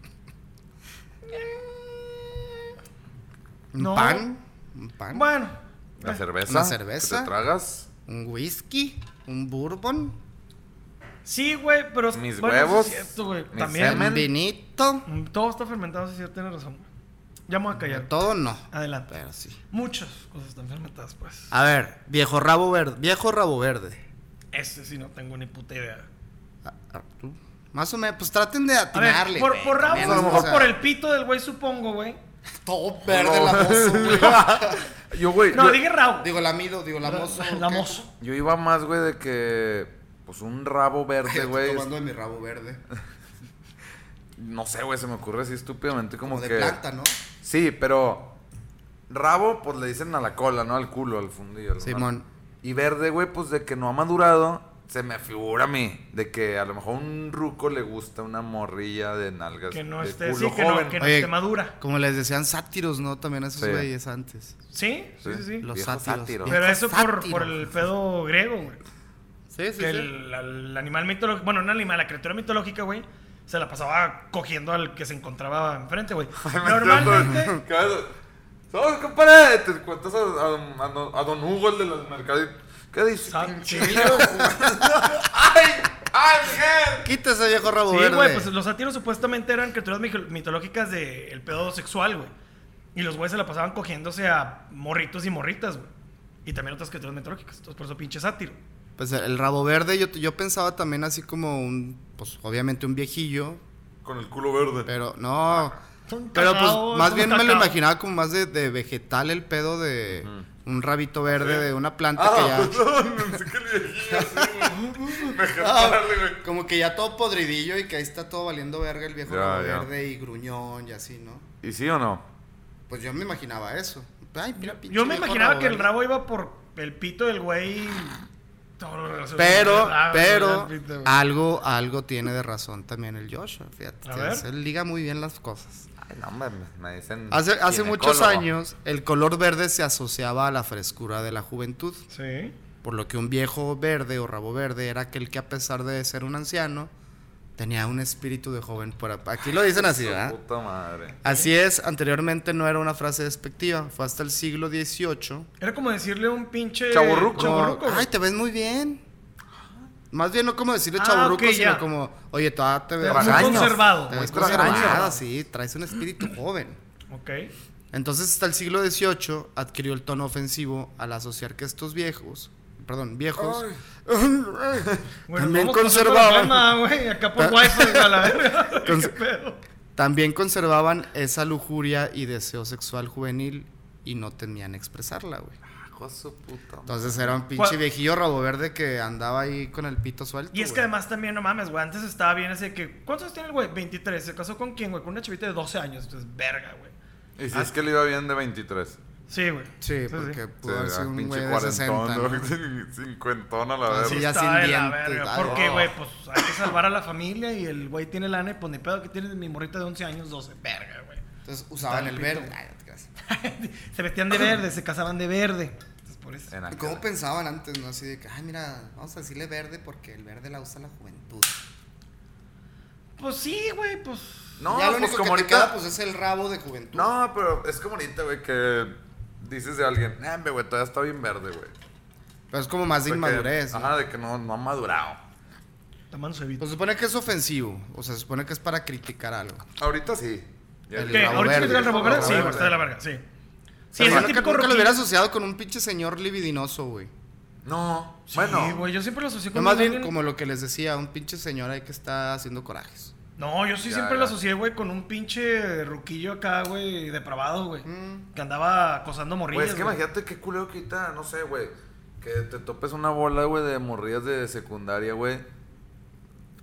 ¿Un
No.
pan? ¿Un pan?
Bueno.
La cerveza.
Una cerveza.
que te tragas.
un whisky, un bourbon,
Sí, güey, pero.
Mis
sí
huevos,
Es cierto, güey.
mis
También.
semen.
un vinito.
Mm, Todo está fermentado, sí, es cierto, tienes razón. Ya me voy a
De
callar.
todo no,
Adelante.
pero sí.
Muchas cosas están fermentadas, pues.
A ver, viejo rabo verde, viejo rabo verde.
Este sí no tengo ni puta idea.
Ah, ah, tú. Más o menos, pues traten de
A ver,
atinarle.
por,
güey,
por rabo,
también,
a lo
a lo
o
mejor
sea,
por el pito del güey, supongo, güey.
Todo verde lamoso, güey.
Yo, güey.
No,
yo-
dije rabo.
digo lamido, digo lamoso. ¿qué?
Lamoso.
Yo iba más, güey, de que. Pues un rabo verde,
Estoy
güey.
tomando de mi rabo verde.
No sé, güey, se me ocurre así estúpidamente como,
Como de
que.
planta, ¿no?
Sí, pero. Rabo, pues le dicen a la cola, ¿no? Al culo, al fundillo. al-
Simón.
Y verde, güey, pues de que no ha madurado, se me figura a mí. De que a lo mejor a un ruco le gusta una morrilla de nalgas.
Que no
de
esté, sí,
culo
que no,
joven.
que no
Oye.
esté madura.
Como les decían sátiros, ¿no? También a esos
Sí.
güeyes antes.
¿Sí? Sí, sí, sí.
Los
Viejos
sátiros.
sátiros.
Pero eso por,
sátiro.
por el pedo griego, güey.
Sí,
que el, al animal mitológico, bueno, no animal, la criatura mitológica, güey, se la pasaba cogiendo al que se encontraba enfrente, güey. Normalmente,
¿Qué vas a- ¿Sabes, compadre? Te cuentas a, a- a don- a Don Hugo, el de los mercaditos. ¿Qué dice?
Sa-
pinche
sí.
viejo? ¡Ay! ¡Ángel!
Quítese, viejo rabo
sí,
verde.
güey, pues los sátiros supuestamente eran criaturas mi- mitológicas del pedo sexual, güey. Y los güeyes se la pasaban cogiéndose a morritos y morritas, güey. Y también otras criaturas mitológicas. Entonces, por eso pinche sátiro.
Pues el rabo verde, yo, yo pensaba también así como un, pues obviamente un viejillo,
Con el culo verde.
pero no.
Un
Pero
cacao,
pues más
un
bien me lo
cacao.
imaginaba como más de, de vegetal el pedo de un rabito verde de una planta que
Ah,
ya.
perdón, pensé que le dije así, güey. Me jalaste, güey.
Como que ya todo podridillo y que ahí está todo valiendo verga el viejo
Ya,
rabo
ya.
verde y gruñón y así, ¿no?
¿Y sí o no?
Pues yo me imaginaba eso. Ay, mira, pinche
Yo me
viejo
imaginaba que el
verde.
rabo iba por el pito del güey. Todo lo relacionado con
Pero,
el rabo,
pero, ah.
el pito, güey.
algo, algo tiene de razón también el Joshua, fíjate.
A ver.
se liga muy bien las cosas.
Ay, no, me, me dicen.
Hace, hace muchos
ginecólogo.
años, el color verde se asociaba a la frescura de la juventud,
Sí.
por lo que un viejo verde o rabo verde era aquel que a pesar de ser un anciano, tenía un espíritu de joven. Por a- aquí lo dicen así,
Su
¿verdad?
Puta madre.
Así es, anteriormente no era una frase despectiva, fue hasta el siglo XVIII
Era como decirle un pinche.
Chavorruco.
chavorruco,
Ay,
güey.
te ves muy bien. Más bien no como decirle
Ah,
chaburruco,
ok,
sino
ya.
como, oye, todavía te ves
ves muy
Extraño.
conservado.
Te ves
Muy
conservado,
conservado.
sí, traes un espíritu joven.
Ok.
Entonces, hasta el siglo XVIII adquirió el tono ofensivo al asociar que estos viejos, perdón, viejos,
Bueno,
También
vamos con
conservaban.
otro tema, güey. Acá por wifi, a la verga.
Cons-
¿Qué pedo?
también conservaban esa lujuria y deseo sexual juvenil y no temían expresarla, güey.
Hijo de su puta madre.
Entonces era un pinche
¿Cuál?
viejillo rabo verde que andaba ahí con el pito suelto.
Y es que
güey.
además también, no mames, güey. Antes estaba bien ese que. ¿Cuántos años tiene el güey? 23. ¿Se casó con quién, güey? Con una chavita de 12 años. Entonces, verga, güey.
Y si es que le iba bien de 23.
Sí, güey.
Sí, porque pudo haber
Sí,
sido un güey
pinche
de 60. ¿no?
cuarentón, ¿no? cincuentón a la
Ah,
verga.
sí, ya
Está
sin
de la
dientes,
verga,
ah,
Porque,
no.
güey, pues hay que salvar a la familia y el güey tiene lana y pues ni pedo que tiene mi morrita de 11 años, 12. Verga, güey.
Entonces usaban
Está
el
limpito.
verde. Ay, no te creas.
se vestían de verde, se casaban de verde. Entonces, por eso.
En
¿Y
aquel-
¿Cómo pensaban antes, no? Así de que, ay, mira, vamos a decirle verde porque el verde la usa la juventud.
Pues sí, güey, pues.
No,
ya lo
pues
único
como
que te
ahorita.
queda, pues es el rabo de juventud.
No, pero es como ahorita, güey, que dices de alguien, nah, hombre, güey, todavía está bien verde, güey.
Pero es como más de
De que-
inmadurez. ¿no?
Ajá, de que no, no ha madurado.
Tomando su evita.
Pues se supone que es ofensivo. O sea, se supone que es para criticar algo.
Ahorita sí. Ya
El
¿Qué?
le-
rabo
¿Ahorita que
verde,
tiene el rabo verde? Sí,
rabo
güey, está de la verga, sí. Sí, es
Pero
el
nunca,
típico
nunca lo hubiera
roquillo.
asociado con un pinche señor libidinoso, güey.
No,
Sí,
bueno.
güey, yo siempre lo asocié
No,
con
más
un-
bien como lo que les decía, un pinche señor ahí que está haciendo corajes.
No, yo sí
Ya,
siempre
ya.
lo asocié, güey, con un pinche ruquillo acá, güey, depravado, güey.
Mm. Pues,
Que andaba acosando morrillas.
Güey, es que
güey.
imagínate qué culero que ahorita, no sé, güey. Que te topes una bola, güey, de morrillas de secundaria, güey.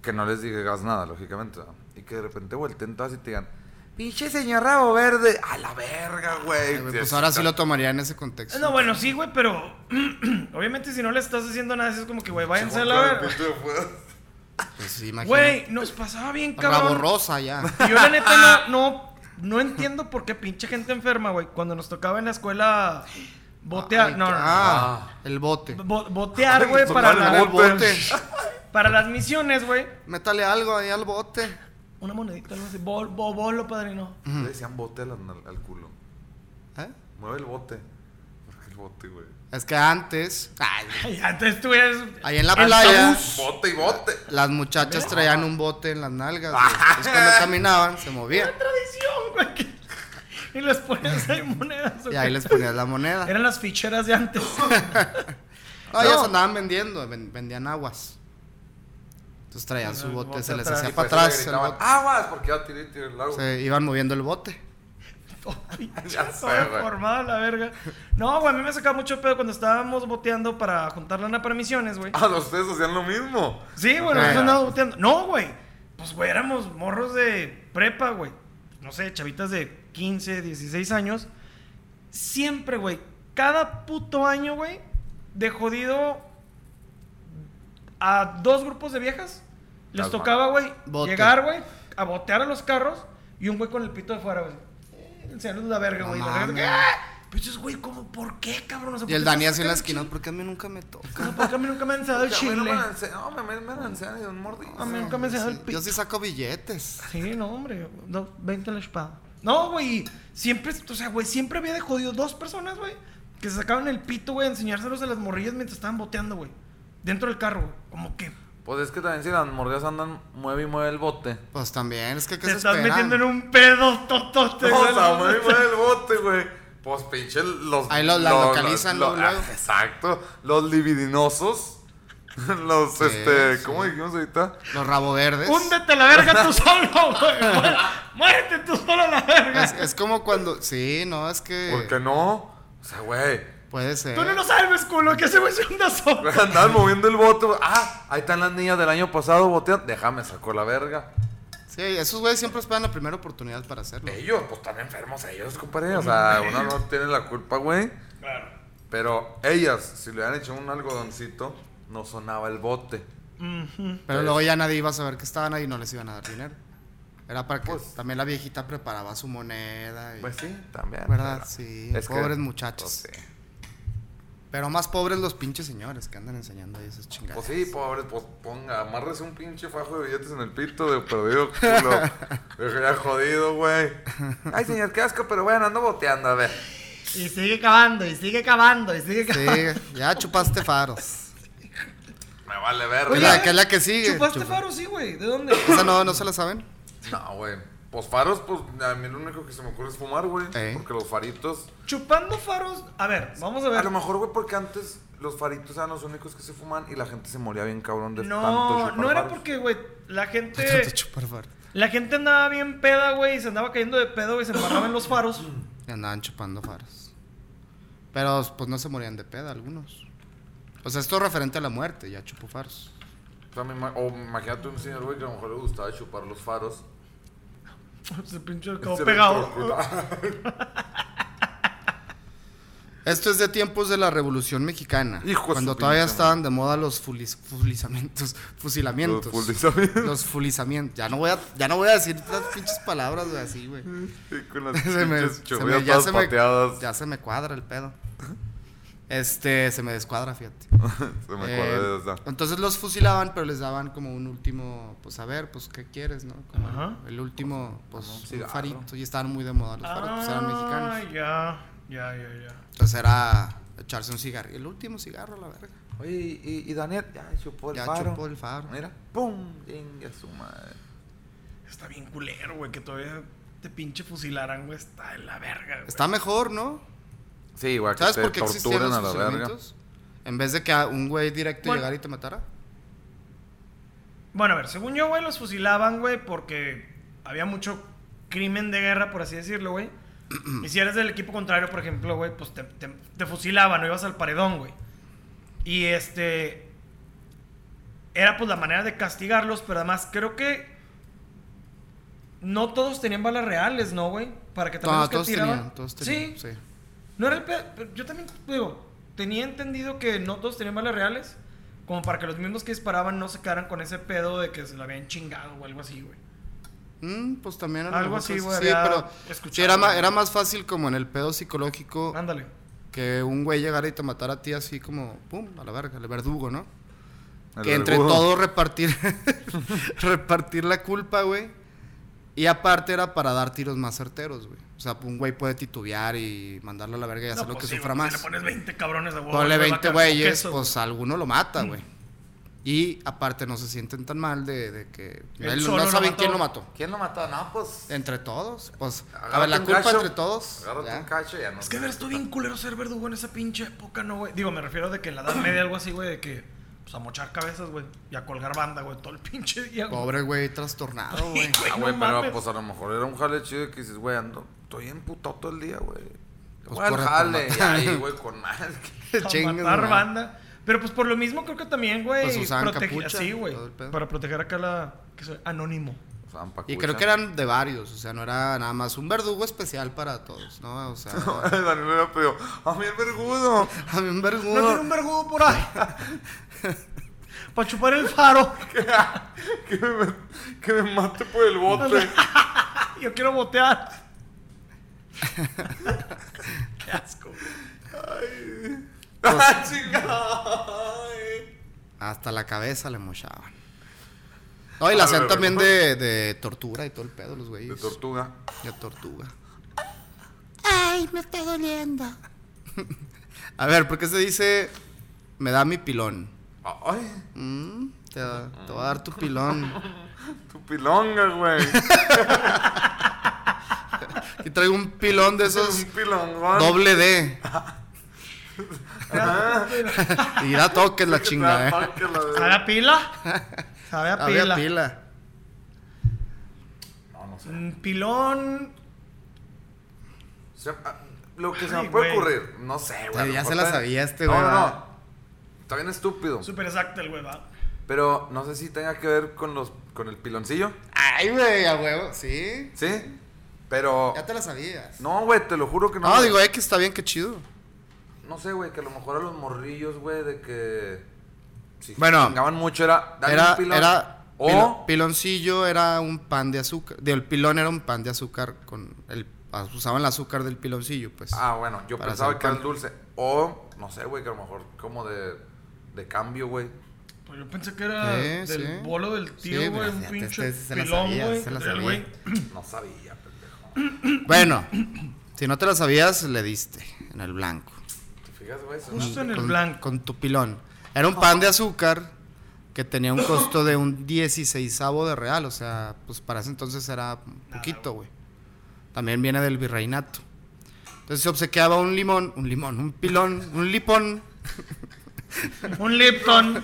Que no les digas nada, lógicamente. ¿no? Y que de repente vuelten todas y te digan, pinche señor rabo verde. A la verga, güey.
Ay, güey, Pues ahora sí lo tomaría en ese contexto.
No, bueno, sí, güey, pero obviamente si no le estás haciendo nada, sí es como que, güey, váyanse a la
Con el
verga.
pito de fuera.
Pues sí, imagínate.
Güey, nos pasaba bien,
Rabo
cabrón.
rosa ya.
Y Yo la neta no, no, no entiendo por qué pinche gente enferma, güey. Cuando nos tocaba en la escuela botear,
Ay,
no,
qué-
no, no.
Ah, el bote.
Bo- botear,
pues,
güey, para,
Tomaron
la-
el bote.
para las misiones, güey.
Métale algo ahí al bote.
Una monedita, algo así. Bol, bo- bolo, padrino.
Le decían bote al, al culo.
¿Eh?
Mueve el bote. Porque el bote, güey.
Es que antes, ay, pues.
Ay, antes tú eres.
ahí en la
Hasta
playa,
un Bote y bote.
las muchachas traían un bote en las nalgas. güey. Entonces, cuando caminaban, se movían.
Una tradición, güey. que- Y les ponías ahí monedas.
Y ahí
güey.
les ponías la moneda.
Eran las ficheras de antes.
No, ellas
No.
andaban vendiendo, ven- vendían aguas. Entonces traían su
El
bote,
bote
se les
atrás.
Y
hacía
por
para
eso le "Ah,
atrás. el
gritaban,
bote.
Aguas, porque iba a tirar, y tirar el agua.
Se iban moviendo el bote.
Todo pinche,
Ya sé,
todo
güey.
deformado, la verga. No, güey, a mí me sacaba mucho pedo cuando estábamos boteando para juntar lana para misiones, güey.
Ah, ustedes hacían lo mismo.
Sí, güey,
Ah,
nos
ya.
andábamos boteando. No, güey. Pues, güey, éramos morros de prepa, güey. No sé, chavitas de 15, 16 años. Siempre, güey. Cada puto año, güey. De jodido a dos grupos de viejas. Les
Las
tocaba, güey,
Bote.
llegar, güey, a botear a los carros. Y un güey con el pito de fuera, güey. Eh, El señor es la verga,
No
güey. La verga,
mames.
que, ¡ah! Pero dices, güey, ¿cómo? ¿Por qué, cabrón? O sea,
Y
¿por
el
qué
Dani
estás
así en la
sacando
esquina,
chile?
¿por qué a mí nunca me toca?
No, porque a mí nunca me han dado el
Ya, güey,
chile.
No me lancé- no, me, me, me lanzaron y un mordido.
A mí nunca me han dado Pues el
Sí,
pito.
Yo sí saco billetes.
Sí, no, hombre. No, 20 en la espada. No, güey. Siempre, o sea, güey, siempre había de jodido dos personas, güey. Que se sacaban el pito, güey, a enseñárselos a las morrillas mientras estaban boteando, güey. Dentro del carro, güey. Como que.
Pues es que también si las mordidas andan, mueve y mueve el bote.
Pues también, es que ¿qué
Te
se
estás
esperan?
metiendo en un pedo totote,
No, o
güey.
sea, mueve y
pues.
mueve el bote, güey. Pues pinche los...
Ahí lo- la
los-
localizan
los-
luego,
ah,
luego.
Exacto. Los libidinosos. Los,
Sí,
este,
sí.
¿cómo dijimos ahorita?
Los rabo verdes.
Húndete a la verga tú solo, güey. Mué- Muérete tú solo a la verga.
Es, es como cuando. Sí, no, es que.
¿Por qué no? O sea, güey.
Puede ser.
Tú no lo sabes, culo, que ese güey se anda solo.
Andaban moviendo el bote. güey. Ah, ahí están las niñas del año pasado boteando. Déjame, sacó la verga.
Sí, esos güeyes siempre esperan la primera oportunidad para hacerlo.
Ellos, pues están enfermos ellos, compadre. O sea, uno no tiene la culpa, güey.
Claro.
Pero ellas, si le hubieran hecho un algodoncito, no sonaba el bote. pues.
Pero luego ya nadie iba a saber que estaban ahí y no les iban a dar dinero. Era para que
Pues-
también la viejita preparaba su moneda. y-
Pues sí, también.
¿Verdad?
pero-
Sí, pobres muchachos.
Pues sí.
Pero más pobres los pinches señores que andan enseñando ahí esas chingadas.
Pues sí, pobre, pues ponga, amárrese un pinche fajo de billetes en el pito de perdido, culo. Dejo ya jodido, güey. Ay, señor, qué asco, pero bueno, ando boteando, a ver.
Y sigue cavando, y sigue cavando, y sigue cavando.
Sí, ya chupaste faros.
Me vale ver.
Oye,
¿verdad?
¿qué es la que sigue?
¿Chupaste
Chupa.
faro, sí, güey? ¿De dónde?
¿Esa no, no se la saben?
No, güey. Pues faros, pues a mí lo único que se me ocurre es fumar, güey.
Ey.
Porque los faritos.
Chupando faros. A ver, vamos a
A
Ah,
ver.
lo mejor, güey, porque antes los faritos eran los únicos que se fuman y la gente se moría bien cabrón de tanto
No,
chupar
no era
faros.
porque, güey, la gente.
Tanto chupar faros.
La gente andaba bien peda, güey, y se andaba cayendo de pedo, güey, se embarraba en los faros.
Y andaban chupando faros. Pero pues no se morían de peda algunos. O sea, esto es referente a la muerte, ya chupo faros.
O, sea, me ima- o imagínate un señor, güey, que a lo mejor le gustaba chupar los faros. Este
Se pinche quedó
Se
pegado.
electrocutaba.
Esto es de tiempos de la Revolución Mexicana.
Hijo de su
cuando todavía
pinche
estaban de moda los fulis- fulizamientos, fusilamientos.
Los fulizamientos.
Los fulizamientos. Ya no voy a, ya no voy a decir las pinches palabras güey, así, güey.
Y con las
Se me-
pinches
se me-
churrias
ya
todas
se me-
pateadas.
Ya se me cuadra el pedo. Este, se me descuadra, fíjate.
Se me
Eh,
acuerda de esa.
Entonces los fusilaban, pero les daban como un último, pues a ver, pues qué quieres, ¿no? Como
Ajá.
el último, pues
Como un
un
cigarro.
farito. Y estaban muy de moda los faritos, pues, eran
Ah,
mexicanos.
ya, ya, ya, ya.
Entonces era echarse un cigarro. El último cigarro, la verga.
Oye, y, y Daniel, ya chupó el
Ya
faro.
chupó el faro.
Mira, pum, venga su madre.
Está bien culero, güey, que todavía te pinche fusilaran, güey. Está en la verga, güey.
Está mejor, ¿no?
Sí, igual que
¿Sabes
te
por qué existían
torturan
los
a la verga.
fusilamientos? En vez de que a un güey directo
Bueno.
llegara y te matara.
Bueno, a ver, según yo, güey, los fusilaban, güey, porque había mucho crimen de guerra, por así decirlo, güey. y si eres del equipo contrario, por ejemplo, güey, pues te, te, te fusilaban o ibas al paredón, güey. Y este. Era pues la manera de castigarlos, pero además creo que. No todos tenían balas reales, ¿no, güey? Para que también
No,
los que
Ah, todos
tiraban-
tenían, todos tenían.
Sí.
Sí.
No era el pe- pero Yo también, digo, tenía entendido que no todos tenían balas reales. Como para que los mismos que disparaban no se quedaran con ese pedo de que se lo habían chingado o algo así, güey.
Mm, pues también. a lo
Algo
mejor
así,
cosas-
güey,
Sí,
había
pero.
escuchado,
sí, era, ma-
güey.
era más fácil como en el pedo psicológico
Ándale.
que un güey llegara y te matara a ti así como, pum, a la verga, el verdugo, ¿no?
El
que entre
verdugo.
todos repartir, repartir la culpa, güey. Y aparte era para dar tiros más certeros, güey. O sea, un güey puede titubear y mandarlo a la verga y hacer lo que sufra
Si pues le
más.
pones 20 cabrones de huevo.
Ponle
güey, va a
20
caer
güeyes,
queso, Mm.
pues alguno lo mata, güey. Y aparte no se sienten tan mal de, de que...
Él
él-
solo
no
lo
saben
mató.
quién lo mató.
¿Quién lo mató? No, pues.
Entre todos, pues...
agárrate
a ver, la
un
culpa
cacho,
entre todos.
Agárrate
ya.
un cacho y ya no.
Es que ver, estuvo bien culero ser verdugo en esa pinche época, ¿no, güey? Digo, me refiero de que en la edad media algo así, güey, de que pues a mochar cabezas, güey, y a colgar banda, güey, todo el pinche día, güey.
Pobre güey, trastornado, güey.
Güey,
Ah,
no
güey, pero
mames.
pues a lo mejor era un jale chido que dices, güey, ando, estoy emputado todo el día, güey.
Pues
Voy al
corre por
jale, y
matar.
ahí, güey, con más.
Pa'
Chingas,
matar
güey.
banda. Pero pues por lo mismo creo que también, güey,
Pues usaban
protege-
capucha,
así, güey,
todo el pedo.
para proteger acá la que soy anónimo.
Y creo que eran de varios, o sea, no era nada más un verdugo especial para todos, ¿no? O sea, era-
Daniel era peor. A mí el vergudo.
a mí
No tiene
un verdugo.
un vergudo por ahí. Para chupar el faro.
Que me, que me mate por el bote.
Yo quiero botear. Qué asco.
¡Ah,
Pues,
chingada! Ay.
Hasta la cabeza le mochaban. No, y la hacían también de, de tortura y todo el pedo, los
De
güeyes.
tortuga.
De tortuga. Ay, me está doliendo. a ver, ¿por qué se dice me da mi pilón?
Ay,
Mm, te, te va a dar tu pilón.
tu pilonga, güey.
Y traigo un pilón de
Eso es
esos
un pilongón.
doble D.
Ah,
Y da toques la
que te
chingada, eh.
apaque la de-
¿Sabe a pila? Sabe a
Había
pila.
pila.
No, no sé.
Mm, Pilón.
Se- ah, lo que se
Ay,
me puede
güey.
ocurrir, no sé, güey. a lo
ya
mejor
se la
está-
sabía este,
no,
güey,
No, no,
¿verdad?
Está bien estúpido.
Súper exacto el hueva.
Pero no sé si tenga que ver con los con el piloncillo,
Ay, güey, a huevo, sí.
¿sí? Pero
Ya te la sabías. No,
no, güey, te lo juro que no. güey.
digo, eh, que está bien, qué chido.
No sé, güey, que a lo mejor a los morrillos, güey, de que si
Bueno,
chingaban mucho era dale
Era,
un pilón
era, pil-
o
piloncillo era un pan de azúcar. Del pilón era un pan de azúcar con el, ah, usaban el azúcar del piloncillo, pues.
Ah, bueno, yo
Para
pensaba
hacer
que era
pan.
el dulce o no sé, güey, que a lo mejor como de de cambio, güey.
Pues yo pensé que era
Sí,
del
sí.
bolo del tío,
Sí,
güey.
mira,
un
ya te-
pinche
este se la
pilón,
sabía,
güey.
se la
que traía el
sabía.
güey.
No sabía, pendejo.
Bueno, si no te la sabías, le diste en el blanco.
¿Te fijas, güey? Eso
Justo en el
con,
blanco.
Con tu pilón. Era un pan de azúcar que tenía un costo de un 16 de real. O sea, pues para ese entonces era poquito, güey. También viene del virreinato. Entonces se obsequiaba un limón, un limón, un pilón, un lipón.
Un Lipton.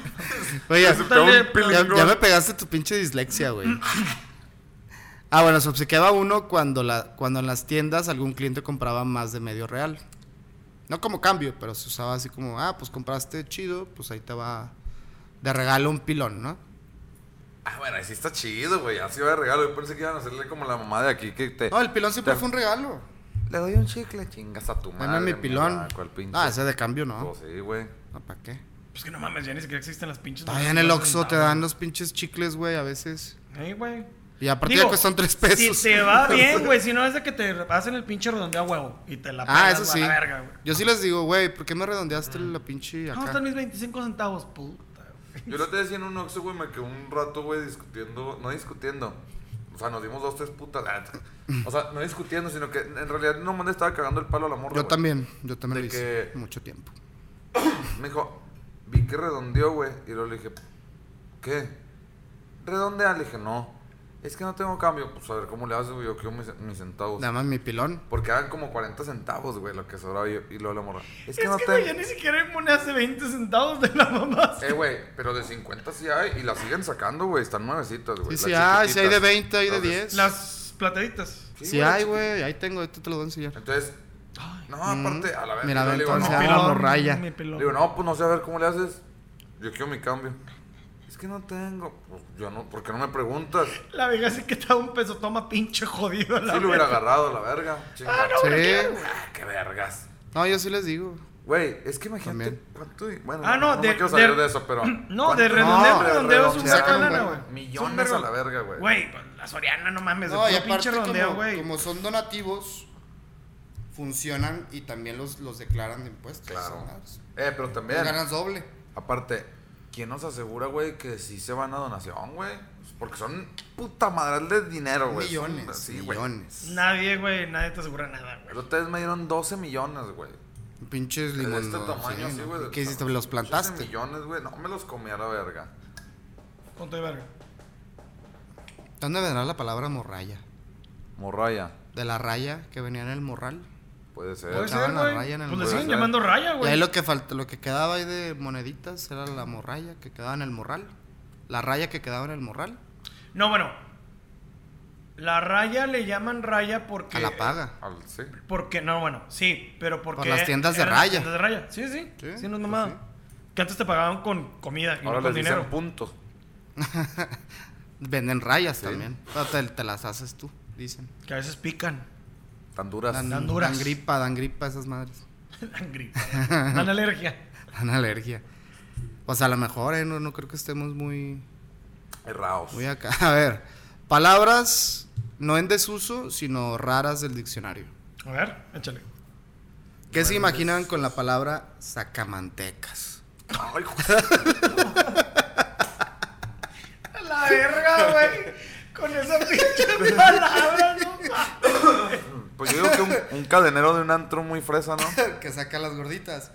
Oye,
Se obsequiaba un
ya- ya,
pilón.
me pegaste tu pinche dislexia, güey. Ah, bueno, se obsequiaba uno cuando, la, cuando en las tiendas algún cliente compraba más de medio real. No como cambio, pero se usaba así como, ah, pues compraste chido, pues ahí te va de regalo un pilón, ¿no?
Ah, bueno, ahí sí está chido, güey. Así va de regalo. Yo pensé que iban a hacerle como la mamá de aquí que te.
No, el pilón siempre
Te-
fue un regalo.
Le doy un chicle, chingas a tu madre.
Dame mi pilón.
mierda, ¿Cuál pinche?
Ah, ese de cambio no.
Pues sí, güey.
No, ¿Para qué?
Pues que no mames, ya ni siquiera existen las pinches.
Todavía en el Oxxo te dan los pinches chicles, güey, a veces.
Ahí, güey.
Y aparte ya
Digo,
cuestan tres pesos.
Si te va bien, güey. Si no es de que te hacen el pinche redondeo a huevo y te la
Ah,
pelas,
eso
güey,
sí.
a la verga, güey.
Yo sí les digo, güey, ¿por qué me redondeaste la pinche
¿Cómo están
acá?
mis 25 centavos, puta? güey?
Yo lo te decía en un Oxxo, güey, me quedé un rato, güey, discutiendo. No discutiendo. O sea, nos dimos dos, tres putas. Ah, O sea, no discutiendo, sino que en realidad no me estaba cagando el palo a la morra.
Yo
güey.
también, yo también
De
lo hice
que- pues
mucho tiempo.
Me dijo, vi que redondeó, güey. Y luego le dije, ¿qué? ¿Redondea? Le dije, no. Es que no tengo cambio. Pues a ver, ¿cómo le haces, güey? Yo quiero mis, mis centavos.
Nada más mi pilón.
Porque eran como 40 centavos, güey, lo que sobraba y, y luego la morra. Es
Es
que
que,
no
güey, ya
tengo.
ni siquiera hay monedas de 20 centavos de la mamá.
Eh, güey, pero de 50 sí hay y las siguen sacando, güey. Están nuevecitas, güey. las
Sí, sí, hay, sí hay de
chiquititas.
20, hay de
Las
10.
Las plataditas.
Sí,
Sí, güey,
hay, güey, ahí tengo, esto te lo voy a enseñar.
Entonces, no, aparte, a la vez.
Mira,
yo
ve,
le digo,
entonces,
no,
ah, la morralla.
Mi
le
pelón.
digo, no, pues no sé, a ver cómo le haces. Yo quiero mi cambio. Es que no tengo. Pues yo no, ¿por qué no me preguntas?
La vieja sí que está un peso, toma pinche jodido.
Sí lo hubiera agarrado, a la verga. Chinga.
Sí.
Ah, qué vergas.
No, yo sí les digo.
Güey, es que imagínate
También.
cuánto. Bueno,
Ah, no,
no
de-
me quiero salir
de-
de, eso, pero.
No,
¿cuánto-
de redondeo,
No,
redondeo es un
redondear,
saco de lana,
güey.
güey.
Millones
Es un
a la verga, güey.
Güey, pues, la Soriana, no mames.
No,
de
y
puro
aparte,
pinche redondeo,
como,
güey.
como son donativos, funcionan y también los, los declaran de impuestos.
Claro.
¿sabes?
Eh, pero
Pues
también,
Ganas doble.
aparte, ¿Quién nos asegura, güey, que sí se van a donación, güey? Pues Porque son puta madral de dinero, güey. Son-
millones,
Pues, sí, güey.
millones.
Nadie, güey, nadie te asegura nada, güey.
Pero ustedes me dieron 12 millones, güey.
Pinches
De
limones.
este tamaño, sí, güey.
¿Qué hiciste?
Son
¿Los
12
plantaste?
millones, güey. No, me los comí a la verga.
Punto de verga.
¿Dónde vendrá la palabra morralla?
Morraya,
De la raya que venía en el morral.
puede ser.
Puede
echaban
ser,
la
güey.
raya en el
Pues le
brazo.
eh.
siguen llamando raya,
Y ahí
güey.
lo que, falta, lo que quedaba ahí de moneditas era la morralla que quedaba en el morral. La raya que quedaba en el morral.
No, bueno. La raya le llaman raya porque.
A la paga.
Al- sí.
Porque, no, bueno, sí, pero porque.
Por las tiendas de
eran
raya.
Las tiendas de raya. Sí, sí.
Sí,
Sí, no es
pues
mamada.
sí.
Que antes te pagaban con comida y
Ahora
no con
les dicen
dinero.
puntos.
Venden rayas
Sí.
también. Pero te, te las haces tú, dicen.
Que a veces pican.
Tan duras.
Dan,
Dan duras.
dan gripa, dan gripa a esas madres.
Dan gripa. Dan alergia.
Dan alergia. Pues a lo mejor, eh, no, no creo que estemos muy,
Erraos.
muy acá. A ver, palabras no en desuso, sino raras del diccionario.
A ver, échale.
¿Qué se imaginan con la palabra sacamantecas?
Ay, hijo-
A la verga, güey. Con esa pinche palabra, ¿no?
pues yo digo que un, un cadenero de un antro muy fresa, ¿no?
que saca las gorditas.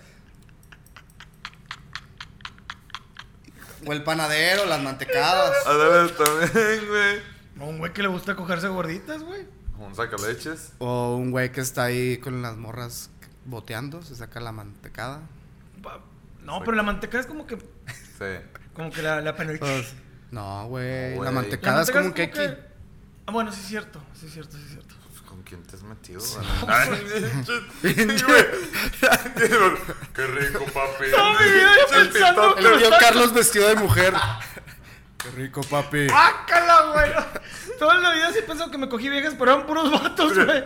O el panadero, las mantecadas.
A ver, también, güey.
No, un güey que le gusta cogerse gorditas, güey.
Un sacaleches.
O un güey que está ahí con las morras boteando, se saca la mantecada.
Pa- No, pero la manteca es como que.
Sí.
Como que la, la penal-
Ah, No, güey.
No,
la
güey.
mantecada es
manteca
como un keki.
que- Ah, bueno, sí es cierto. Sí es cierto, sí es cierto.
Pues, ¿Con quién te has metido? güey? Qué rico, papi.
Todo mi vida yo
El
pensando-
pitote.
El tío Carlos vestido de mujer. Qué rico, papi.
¡Ácala, güey! Toda la vida sí pensaba que me cogí viejas, pero eran puros vatos, güey.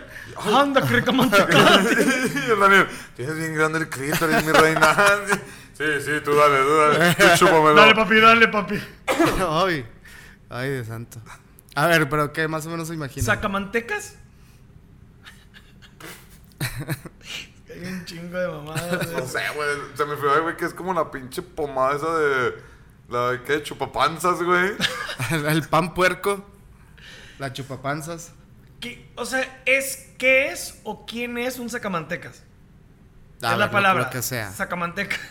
Anda, crica mantecada.
Y el Daniel, Tienes bien grande el clítoris, mi reina. Sí, sí, tú dale, tú dale. Tú chúpamelo.
Dale, papi, dale, papi.
Ay, ay, de santo. A ver, pero ¿qué más o menos se imaginan?
¿Sacamantecas? Es que Hay un chingo de mamadas, güey.
No sé, güey. Se me fue, güey, que es como la pinche pomada esa de. La de que chupapanzas, güey.
el pan puerco. La chupapanzas.
¿Qué- O sea, ¿es qué es o quién es un sacamantecas?
A
es
ver,
la
lo-
palabra.
Lo que sea.
Sacamantecas.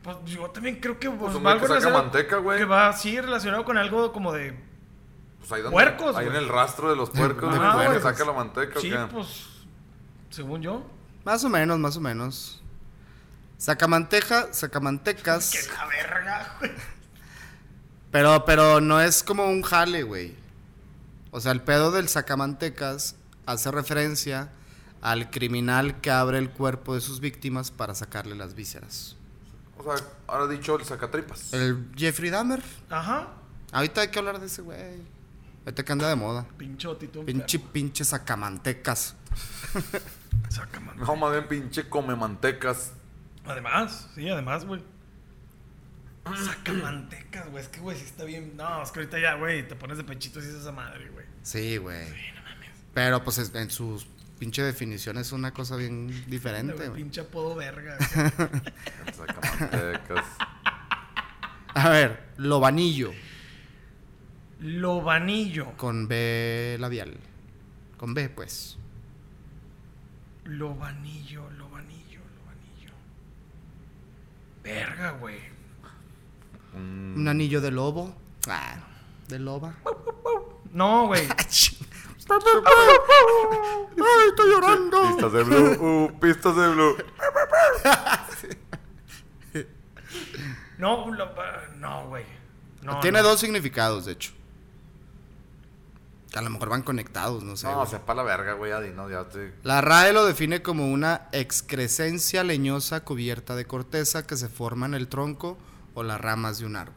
Pues yo también creo que pues,
un güey
va
que saca
relacionado-
manteca, güey.
Que va así relacionado con algo como de.
Pues ahí donde.
Puercos,
Ahí
güey.
en el rastro de los puercos,
De
güey. donde
puercos.
saca la manteca,
Sí,
¿o qué?
pues. Según yo.
Más o menos, más o menos. Sacamanteja, sacamantecas.
Que la verga, güey.
Pero, pero no es como un jale, güey. O sea, el pedo del sacamantecas hace referencia al criminal que abre el cuerpo de sus víctimas para sacarle las vísceras.
O sea, ahora dicho el sacatripas.
El Jeffrey Dahmer.
Ajá.
Ahorita hay que hablar de ese güey. Ahorita que anda de moda.
Pincho Tito.
Pinche, pinche sacamantecas.
Sacamantecas.
No, más bien pinche come mantecas.
Además, sí, además, güey. Sacamantecas, güey. Es que, güey, sí está bien. No, es que ahorita ya, güey, te pones de pechito y dices esa madre, güey. Este,
Sí, güey. Pero pues es- en sus pinche definiciones es una cosa bien diferente,
Güey,
güey.
Pinche apodo verga. güey.
El sacamantecas.
A ver, lobanillo
Lobanillo.
con B labial. Con B, pues.
Lobanillo, lobanillo, lobanillo. Verga, güey.
Un-
Un anillo de lobo. Ah, de loba. Ah,
No, güey.
¡Ay, estoy
Pistas de blue. Uh, pistas de blue.
No, lo- no, güey. No,
Tiene
no.
dos significados, de hecho. A lo mejor van conectados, no sé.
No,
güey.
se pa' la verga, güey, Adi, no, ya te...
La RAE lo define como una excrescencia leñosa cubierta de corteza que se forma en el tronco o las ramas de un árbol.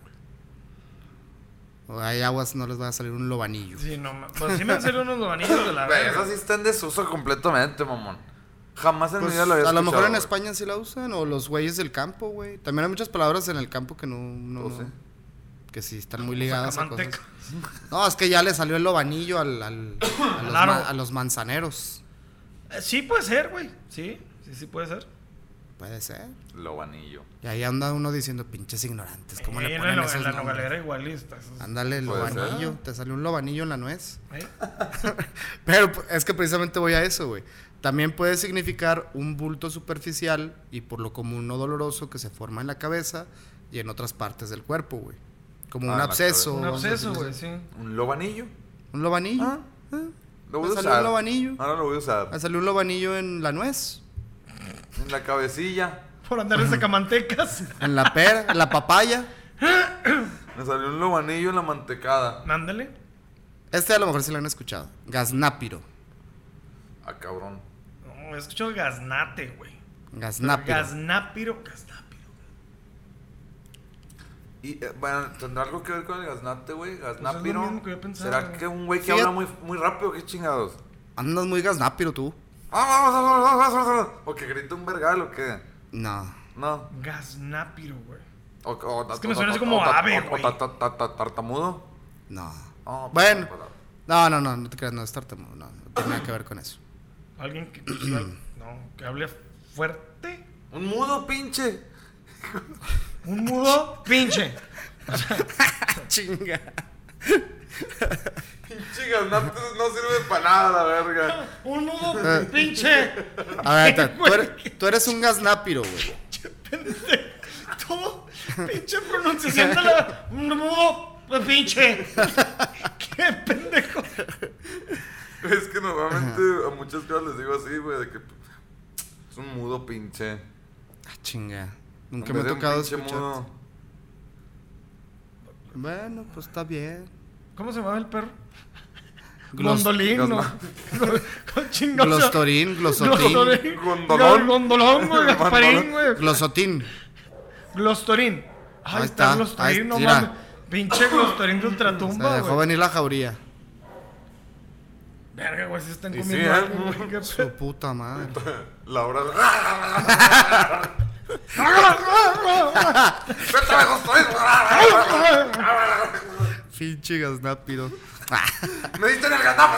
O hay aguas, no les va a salir un lobanillo.
Sí, no, ma- pues sí me han salido unos lobanillos de la
Güey, esa
verga.
sí está en desuso completamente, mamón. Jamás en
Pues,
mi vida lo había
a lo mejor en
escuchado,
España sí la usan, o los güeyes del campo, güey. También hay muchas palabras en el campo que no. no-
No sé.
Que sí están muy ligadas a cosas.
Sacamantecas.
No, es que ya le salió el lobanillo al, al- a, los
Claro.
ma- a los manzaneros.
Eh, Sí puede ser, güey. Sí, sí, sí puede ser.
Puede ser.
Lobanillo.
Y ahí anda uno diciendo, pinches ignorantes, Pues, ¿cómo
Eh,
le
la
ponen
no-
esos
la
nombres?
novelera igualista. eso es-
Ándale,
Puede ser.
lobanillo. Te salió un lobanillo en la nuez.
¿eh?
Pero pu- es que precisamente voy a eso, güey. También puede significar un bulto superficial y por lo común no doloroso que se forma en la cabeza y en otras partes del cuerpo, güey. Como
Ah, en
un
la
absceso.
Un
vamos a
absceso,
decirlo
güey,
así.
sí.
¿Un lobanillo?
Un lobanillo.
Ah,
¿eh?
Lo
Me
voy a
salió
usar.
un lobanillo.
Ahora lo voy a
Me
usar.
salió un lobanillo en la nuez,
En la cabecilla.
Por andar en sacamantecas.
en la pera, en la papaya.
Me salió un lobanillo en la mantecada.
Mándale.
Este a lo mejor se lo han escuchado. Gaznápiro.
Ah, cabrón.
No, he escuchado gaznate, güey.
Gaznápiro.
Gaznápiro, gaznápiro.
Y, eh, bueno, ¿tendrá algo que ver con el gaznate, güey? Gaznápiro.
Pues mismo que yo pensaba,
¿Será
güey.
que un güey que
Fíjate-
habla muy, muy rápido? ¿Qué chingados?
Andas muy gaznápiro tú.
¡Ah, vamos, vamos, vamos, vamos, vamos! ¿O que grita un vergal o qué?
No.
No.
Gaznápiro, güey.
O, o-
Es que me
o-
suena
o-
así como
o- o-
ave,
o- o-
güey.
ta- ta- ta- ta- ¿Tartamudo?
No.
Ah, pues,
bueno.
pues, ah.
No, no, no, no te creas, no es tartamudo. No, no tiene nada que ver con eso.
Alguien que, pues, no, que hable fuerte.
Un mudo, pinche.
Un mudo pinche.
Chinga.
Pinche gaznate no sirve para nada, la verga.
Un mudo pinche.
Eh. A ver, ta- tú, eres, tú eres un gaznápiro, güey.
Tú, pinche pronunciación de la. Un mudo pinche. Qué pendejo.
Es que normalmente a muchas cosas les digo así, güey, de que es un mudo pinche.
Ah, chinga.
En
Nunca me
vez
ha
de un
tocado
pinche
escuchar.
mudo.
Bueno, pues está bien.
¿Cómo se llamaba el perro?
Glos-
Gondolín,
glos-
¿no? Con chingoso.
Glostorín, glosotín.
Glostorín.
Gondolón.
Gondolón, güey. Gasparín, güey.
Glosotín.
Glostorín. Ahí
Ahí
está
está, ahí-
Glostorín, no
mira.
mames. Pinche Glostorín de
Se
ultratumba,
dejó
güey.
venir la jauría.
Verga, güey, se están
Y sí,
comiendo
¿eh?
algo, güey. qué pedo.
Su puta madre.
La hora de... ¡Vete a
Pinche gaznápiro.
¡Me diste en el gatapo!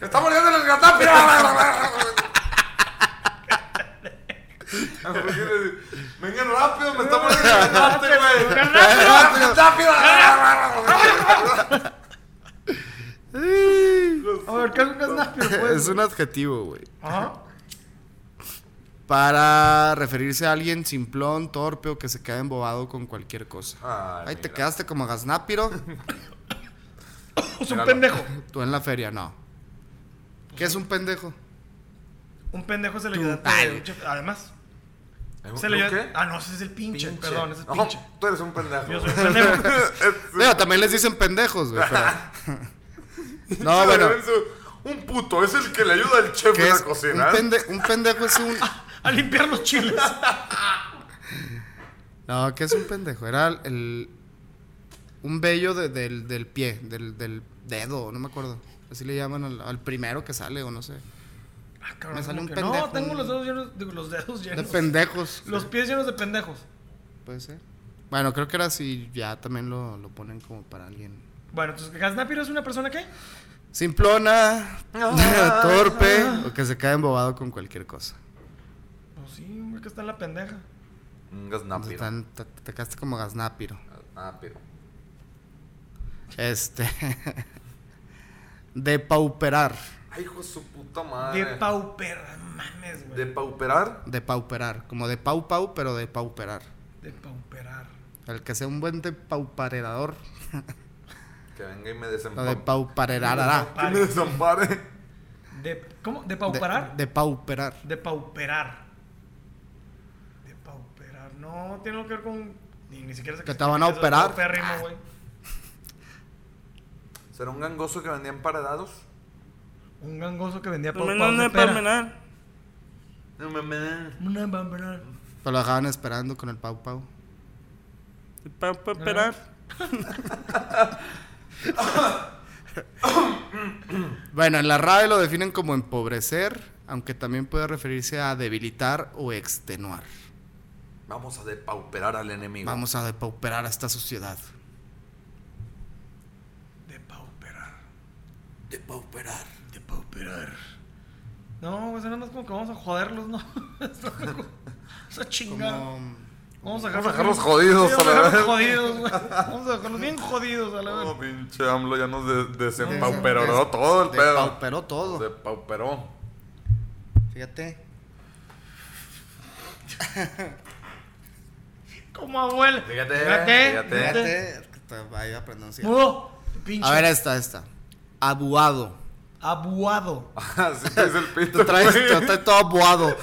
¡Está muriendo en el gatapo! ¡Vengan rápido! ¡Me está muriendo el gatapo, güey!
Vengan
¡Vengan rápido!
A ver, ¿qué es un Ah, gaznápiro, pues?
es un adjetivo, güey.
Ajá.
Para referirse a alguien simplón, torpe o que se queda embobado con cualquier cosa.
Ay,
Ahí te
Ah, mira.
quedaste como gaznápiro.
Es pues un
Míralo.
pendejo.
Tú en la feria, no. ¿Qué es un pendejo?
Un pendejo es el ayudante.
Ay.
de un chef- Además,
¿Eh,
es
¿un
el ayudante.
qué?
Ah, no, ese es el pinche. Perdón, ese es
Ojo,
pinche.
Tú eres un pendejo.
Yo soy un pendejo.
Mira, también les dicen pendejos, güey. pero- No,
Sí,
bueno.
Lorenzo, Un puto es el que le ayuda al chef
¿Qué
en
es?
la
Un,
cocina. ¿eh?
pende- un pendejo es un.
A limpiar los chiles.
No, ¿qué es un pendejo? Era el. el- un vello de- del, del pie, del, del dedo, no me acuerdo. Así le llaman al, al primero que sale, o no sé.
Ah, cabrón,
Me sale
como
un
que No,
pendejo.
tengo los dedos llenos, digo, los dedos
De
llenos.
pendejos.
Los pies llenos de pendejos.
Puede ser. Bueno, creo que era así, ya también lo, lo ponen como para alguien.
Bueno, entonces, ¿Gaznapiro es una persona qué?
Simplona, torpe, o que se cae embobado con cualquier cosa.
Pues sí, hombre, que está en la pendeja.
Un
Entonces,
gaznápiro.
tan- ta- te, quedaste como gaznápiro.
Gaznápiro.
Este. Depauperar.
Ay, hijo de su puta madre.
De pauper, mames, güey.
Ah, eh. ¿De
De,
pauperar?
Depauperar. Como de pau pau, pero de pauperar.
pauperar.
El que sea un buen depauparedador.
Que venga y me
O de
desempare.
pauparerarará.
Que me desampare.
De, ¿Cómo? ¿De pauperar?
De, pauperar.
De, pauperar. De pauperar. No, tiene algo que ver con. Ni, ni siquiera sé
Que
qué
te van a
significa eso,
operar.
paupérrimo, güey.
¿Será un gangoso que vendía emparedados?
Un gangoso que vendía pauperar. de pera.
No mames.
Una pauperar.
Pero lo dejaban esperando con el pau pau. Bueno, en la RAE lo definen como empobrecer, aunque también puede referirse a debilitar o extenuar.
Vamos a depauperar al enemigo.
Vamos a depauperar a esta sociedad.
De pauperar.
Depauperar.
De pauperar. No, güey, eso nada más como que vamos a joderlos, ¿no? Eso es chingada.
Como.
Vamos a
Vamos a
dejarlos
dejarlos jodidos,
sí, vamos
a la
dejarlos
vez.
jodidos, güey. Vamos a dejarlos bien jodidos, a la vez.
Oh, pinche AMLO ya nos de-
Des-
desempauperó todo el pedo.
Despauperó todo.
Despauperó.
Fíjate.
Como abuela.
Fíjate,
Fíjate.
fíjate.
Fíjate. es que te- Ahí a pronunciar.
Mudo. Pinche.
A ver, esta, esta. Abuado.
Abuado.
Así te dice el pito.
Te traes,
güey.
te traes todo abuado.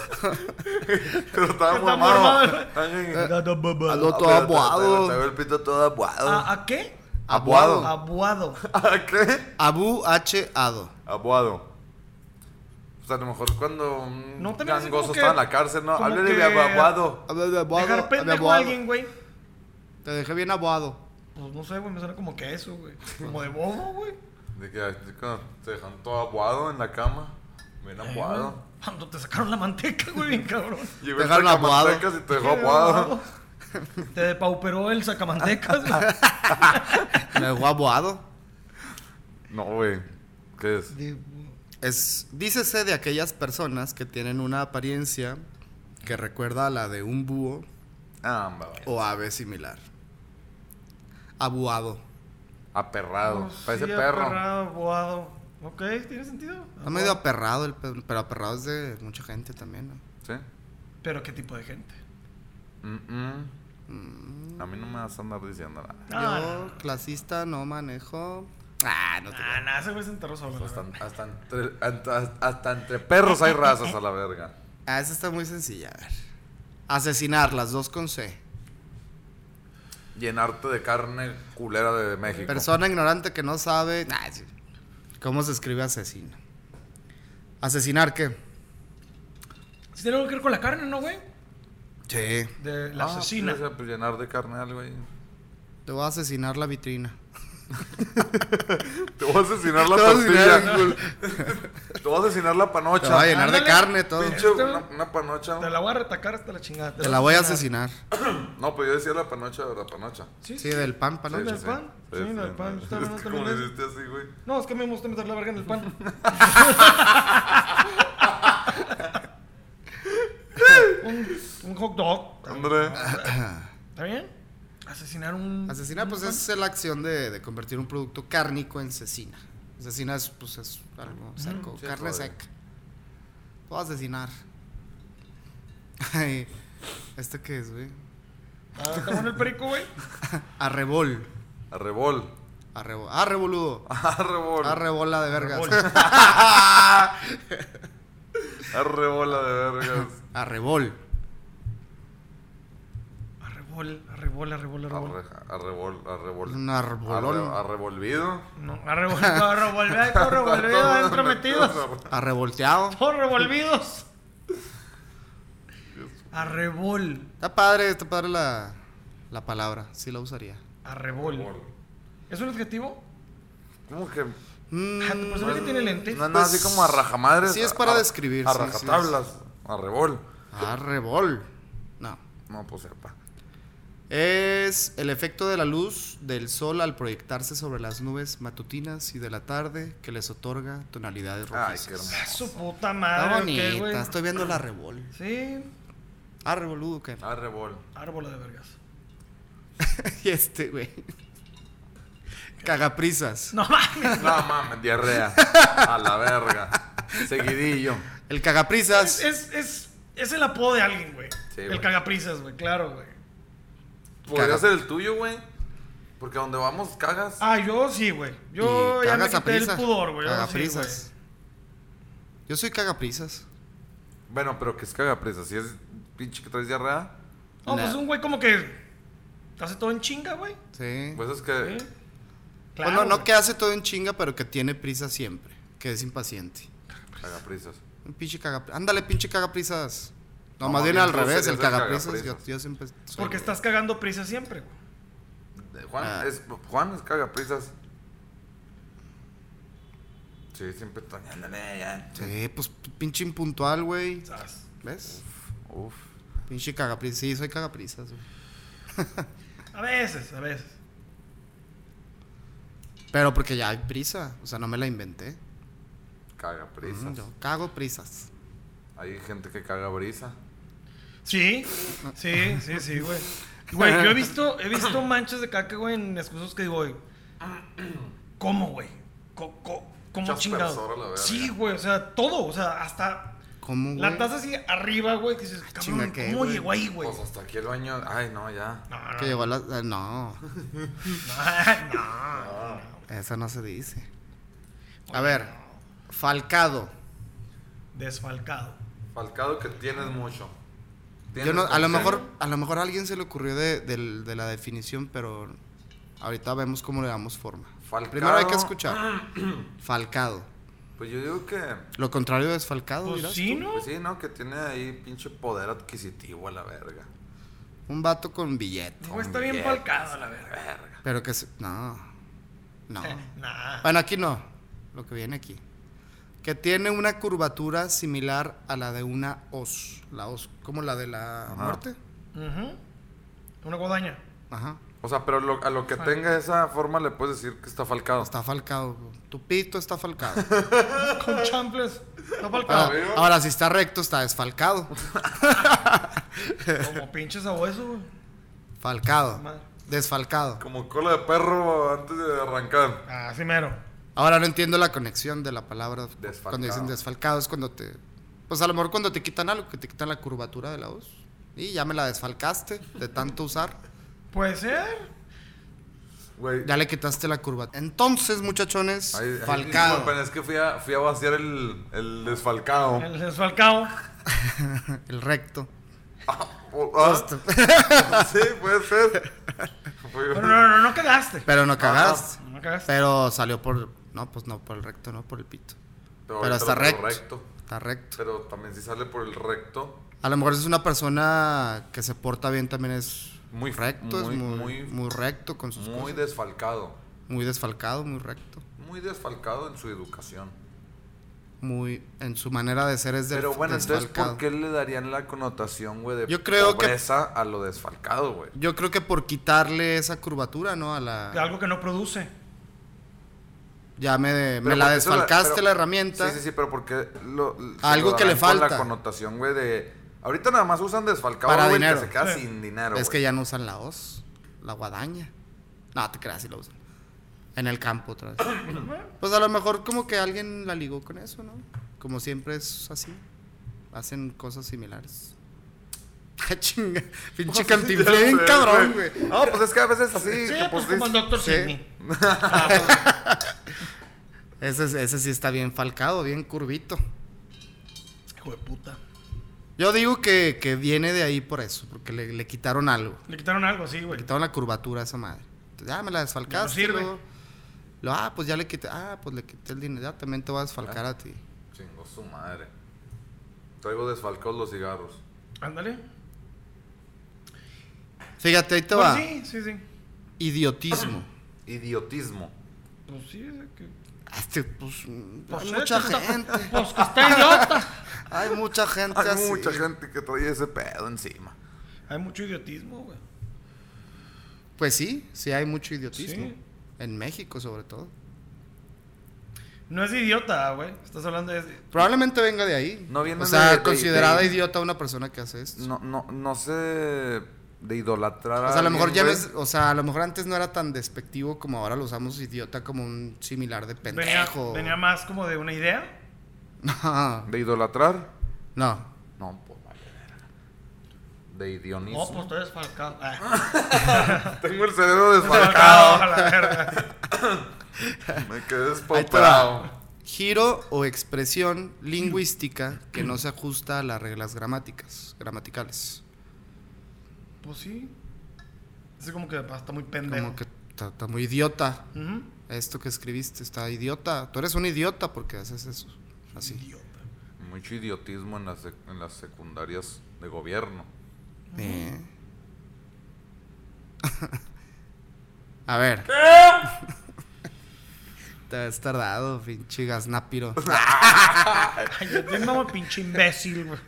Pero estaba
Está
mormado.
mormado.
Aló,
Ah,
Eh, todo
pero te- te- te
abuado.
veo el pito todo abuado.
¿A, a qué?
Abuado.
Abuado.
¿A qué?
Abu H Ado.
Abuado. O sea, Pues, a lo mejor cuando un
No, también así como
gangoso
que-
estaba en la cárcel, ¿no?
como
Háblele
que-
de abuado.
Dejar pendejo a alguien, güey.
Te dejé bien abuado.
Pues no sé, güey, me suena como que eso, güey. Como de bobo, güey.
De que así cuando te dejan todo abuado en la cama. Bien abuado.
Cuando Eh, te sacaron la manteca, güey, bien cabrón.
Llegó
Te
el
dejaron abuado.
sacamantecas y te dejó abuado.
Te depauperó el sacamantecas, güey.
Ah, Me dejó abuado.
No, güey. ¿Qué es?
Es, dícese de aquellas personas que tienen una apariencia que recuerda a la de un búho
Ah, hombre, güey.
o ave similar. Abuado.
Aperrado.
Sí,
Parece perro.
aperrado, abuado. Ok, ¿tiene sentido?
Está medio aperrado, el pe- pero aperrado es de mucha gente también, ¿no?
¿Sí?
Pero qué tipo de gente.
Mm-mm. A mí no me vas a andar diciendo nada.
Ah,
Yo,
no.
clasista, no manejo. Ah, no te
Ah, nah, ese güey se enterró solo. la
Hasta,
verdad.
hasta entre, hasta- hasta entre perros hay razas a la verga.
Ah, esa está muy sencilla, a ver. Asesinar, las dos con C.
Llenarte de carne culera de México.
Persona ignorante que no sabe. Nah, sí. ¿Cómo se escribe asesino? ¿Asesinar qué?
Sí tiene algo que ver con la carne, ¿no, güey?
Sí.
De la
Ah,
asesina.
pues, pues, llenar de carne algo ahí.
Te voy a asesinar la vitrina.
Te voy a asesinar la
Te voy a asesinar
tortilla. Te voy a asesinar la
Te
panocha.
voy a llenar de
Ándale.
carne todo.
Pinche,
Este-
una, una panocha.
Te la voy a retacar hasta la chingada.
Te la voy a asesinar.
No, pero yo decía la panocha de la panocha.
Sí,
Sí,
sí.
del pan, pan.
¿No
Sí,
del
sí,
pan? Sí, del pan.
Es
Está bien,
que
no
como
te
le
lo des.
hiciste así, güey.
No, es que a mí me gusta meter la verga en el pan. un, un hot dog.
André.
¿Está bien? Asesinar un.
Asesinar,
un
pues
pan.
es la acción de, de convertir un producto cárnico en cecina. Cecina es, pues, es algo seco,
sí,
carne
joder.
seca. Puedo asesinar. Ay, ¿esto qué es, güey?
Ah, está bueno el perico, güey.
Arrebol.
Arrebol.
Arrebol. Arreboludo.
Arrebol.
Arrebola de vergas.
Árbol.
Arrebola de vergas.
Arrebol.
Arrebol, arrebol, arrebol, arrebol.
Arre- Arrebol. Arrebol.
Un arbolón.
Arre- Arrevolvido.
No, arrebol, todo revolvido, todo revolvido, adentro metidos.
Arrevolteado.
Todos revolvidos. Arrebol,
Está padre, está padre la, la palabra. Sí la usaría.
arrebol. ¿Es un adjetivo?
¿Cómo que?
Mm,
Ah, pues ve que tiene lentes.
No es nada así como a rajamadres.
sí es para
a-
describir,
A
sí, sí es.
rajatablas. A rebol.
Mm, Arrebol. No.
No, pues sepa.
Es el efecto de la luz del sol al proyectarse sobre las nubes matutinas y de la tarde que les otorga tonalidades
Ay, qué
rojizas.
hermoso.
Ah,
Ah,
su puta
Está
madre.
bonita,
¿qué, güey?
estoy viendo la arrebol.
Sí,
Arreboludo, que
A rebol.
árbola de vergas.
Y este, güey. Cagaprisas.
No mames.
No mames, diarrea. A la verga. Seguidillo.
El cagaprisas.
Es, es, es, es el apodo de alguien, güey.
Sí,
el
güey.
cagaprisas, güey, claro, güey.
Podría
Caga-
ser el tuyo, güey. Porque a donde vamos cagas.
Ah, yo sí, güey. Yo
y
ya me
cagas a
quité el
prisa.
pudor, güey. ahora sí,
Cagaprisas.
güey.
Yo soy cagaprisas.
Bueno, pero que es cagapresa. Si es pinche que traes diarrea,
No, pues
Nah.
un güey como que hace todo en chinga, güey.
Sí.
pues es que.
Sí.
bueno, no
güey.
que hace todo en chinga, pero que tiene prisa siempre. Que es impaciente.
Cagaprisas.
Un pinche cagaprisas. Ándale, pinche cagaprisas. No,
No,
más bien
bien,
al
tú
revés.
serías
El
el
cagaprisas. Yo,
cagaprisas.
yo siempre. soy-
Porque estás cagando prisa siempre, güey.
Eh, Juan,
Ah.
es, Juan es cagaprisas. Sí, siempre está. Ándale, ya.
Sí, pues pinche impuntual, güey.
¿Sabes?
¿Ves?
Uf.
Pinche cagaprisas. Sí, soy cagaprisas. güey.
A veces, a veces.
Pero porque ya hay prisa. O sea, no me la inventé.
Caga prisas.
Mm, Yo cago prisas.
Hay gente que caga brisa.
Sí, sí, sí, sí, güey. Güey, yo he visto, he visto manchas de caca, güey, en excusas que digo, güey, ¿cómo, güey? Co- co- ¿Cómo,
Muchas
chingado?
personas, la verga.
sí, güey, o sea, todo, o sea, hasta
¿Cómo, güey?
la taza así arriba, güey, que dices, cabrón,
Ah, chinga, ¿qué,
¿cómo
güey?
llegó ahí, güey?
Pues hasta aquí el baño. Ay, no, ya.
No, no,
Que llegó a la... eh,
no,
No,
no.
eso no se dice. A ver, Falcado.
Desfalcado.
Falcado que tienes mucho.
Yo
Tienes
no, a lo
mucho.
mejor, a lo mejor a alguien se le ocurrió de, del- de la definición, pero ahorita vemos cómo le damos forma.
Falcado.
Primero hay que escuchar. Falcado.
Pues yo digo que.
Lo contrario de desfalcado,
Pues
dirás
sí,
tú.
¿no?
Pues sí, ¿no? Que tiene ahí pinche poder adquisitivo a la verga.
Un vato con billete.
Güey, está bien falcado, la verga.
Verga.
Pero que se- no. No.
Nah.
Bueno, aquí no. Lo que viene aquí. Que tiene una curvatura similar a la de una hoz. La hoz, como la de la
Ajá.
muerte.
Ujú. Una guadaña.
Ajá.
O sea, pero lo- a lo que
Falcado.
tenga esa forma le puedes decir que está falcado.
Está falcado. Tu pito está falcado.
Con champles. Está
Ah,
falcado.
Ahora, ahora, si está recto, está desfalcado.
Como pinches sabueso, güey.
Falcado.
Madre.
Desfalcado.
Como cola de perro antes de arrancar.
Ah, sí, mero.
Ahora no entiendo la conexión de la palabra.
Desfalcado.
Cuando dicen desfalcado es cuando te. Pues a lo mejor cuando te quitan algo, que te quitan la curvatura de la voz. Y ya me la desfalcaste de tanto usar.
Puede ser.
Güey.
Ya le quitaste la curvatura. Entonces, muchachones,
Ay, ay,
falcado.
disculpen, es que fui a, fui a vaciar el, el desfalcado.
El desfalcado.
el recto.
Oh,
Pues este.
ah. sí, puede ser. Fui-
Pero no, no, no cagaste.
Pero no cagaste.
Ah,
No cagaste.
Pero salió por. No, pues no por el recto, no por el pito. Pero
ahorita
está
lo
recto.
correcto.
Está recto.
Pero también si sale por el recto,
A lo mejor es una persona que se porta bien también es
Muy-
recto,
muy-
es muy,
muy-
muy, recto con sus
muy
cosas.
desfalcado.
muy desfalcado, muy recto.
Muy desfalcado en su educación.
Muy en su manera de ser es de
Pero bueno, entonces,
desfalcado.
¿por qué le darían la connotación, güey, de
Yo creo que-
pobreza a lo desfalcado, güey?
Yo creo que por quitarle esa curvatura, ¿no? A
De
la
algo que no produce.
ya me,
Pero
me la
porque eso
desfalcaste
pero-
la herramienta.
Sí, sí, sí, pero porque lo, se
Algo
lo
que le
darán con
falta.
la connotación, güey, de ahorita nada más usan desfalcado
Para
güey,
dinero.
que se queda
Sí.
sin dinero,
es
güey.
que ya no usan la hoz, la guadaña. No, te creas si la usan. En el campo otra vez. pues a lo mejor como que alguien la ligó con eso, ¿no? Como siempre es así. Hacen cosas similares. Ah, chinga. Pinche
Ya
cantinflén,
sé,
cabrón, güey.
No, pues es que a veces así,
Sí,
que,
pues
pues,
como el
dices,
doctor
sí.
Sidney.
Ese, es- ese sí está bien falcado, bien curvito.
Hijo de puta.
Yo digo que, que viene de ahí por eso, porque le, le quitaron algo.
Le quitaron algo, sí,
Le
güey.
quitaron la curvatura a esa madre. Entonces, ah, me la desfalcaste.
Ya no sirve.
luego- luego, ah, pues ya le quité. Ah, pues le quité el dinero. Ya también te voy a
Ah.
desfalcar a ti.
Chingó su madre. Traigo desfalcados los cigarros.
Ándale.
Fíjate, ahí te
Pues
va.
sí, sí, sí.
Idiotismo.
Idiotismo.
Pues sí, es que...
Ah, este, pues, mm,
Pues
hay
sí,
mucha
está-
gente.
Pues que está idiota.
Hay mucha gente
Hay
así.
mucha gente que trae ese pedo encima.
Hay mucho idiotismo, güey.
Pues sí, sí hay mucho idiotismo.
Sí.
En México, sobre todo.
No es idiota, güey. Estás hablando de...
Probablemente venga de ahí.
No viene
o sea,
de- de-
considerada
de-
idiota una persona que hace esto.
No, no, no sé de idolatrar.
O sea, a lo
alguien,
mejor ya
güey.
ves, o sea, a lo mejor antes no era tan despectivo como ahora lo usamos idiota como un similar de
Venía,
pendejo.
venía más como de una idea.
No,
¿De idolatrar?
no.
No, pues vale. verga. De idionismo.
No, pues estoy desfalcado.
pues,
Tengo el cerebro
Desfalcado, a
desfalcado.
la verga.
Me quedé
Ahí te va.
despauperado.
Giro o expresión lingüística que no se ajusta a las reglas gramáticas, gramaticales.
Pues sí. Es como que ah, está muy pendejo.
Como que está está muy idiota
Ujú.
esto que escribiste, está idiota. Tú eres un idiota porque haces eso. Así.
Idiota.
Mucho idiotismo en las, sec- en las secundarias de gobierno.
Eh. a ver. Te has tardado, pinche gasnápiro.
Ay, yo te mamo, pinche imbécil, güey.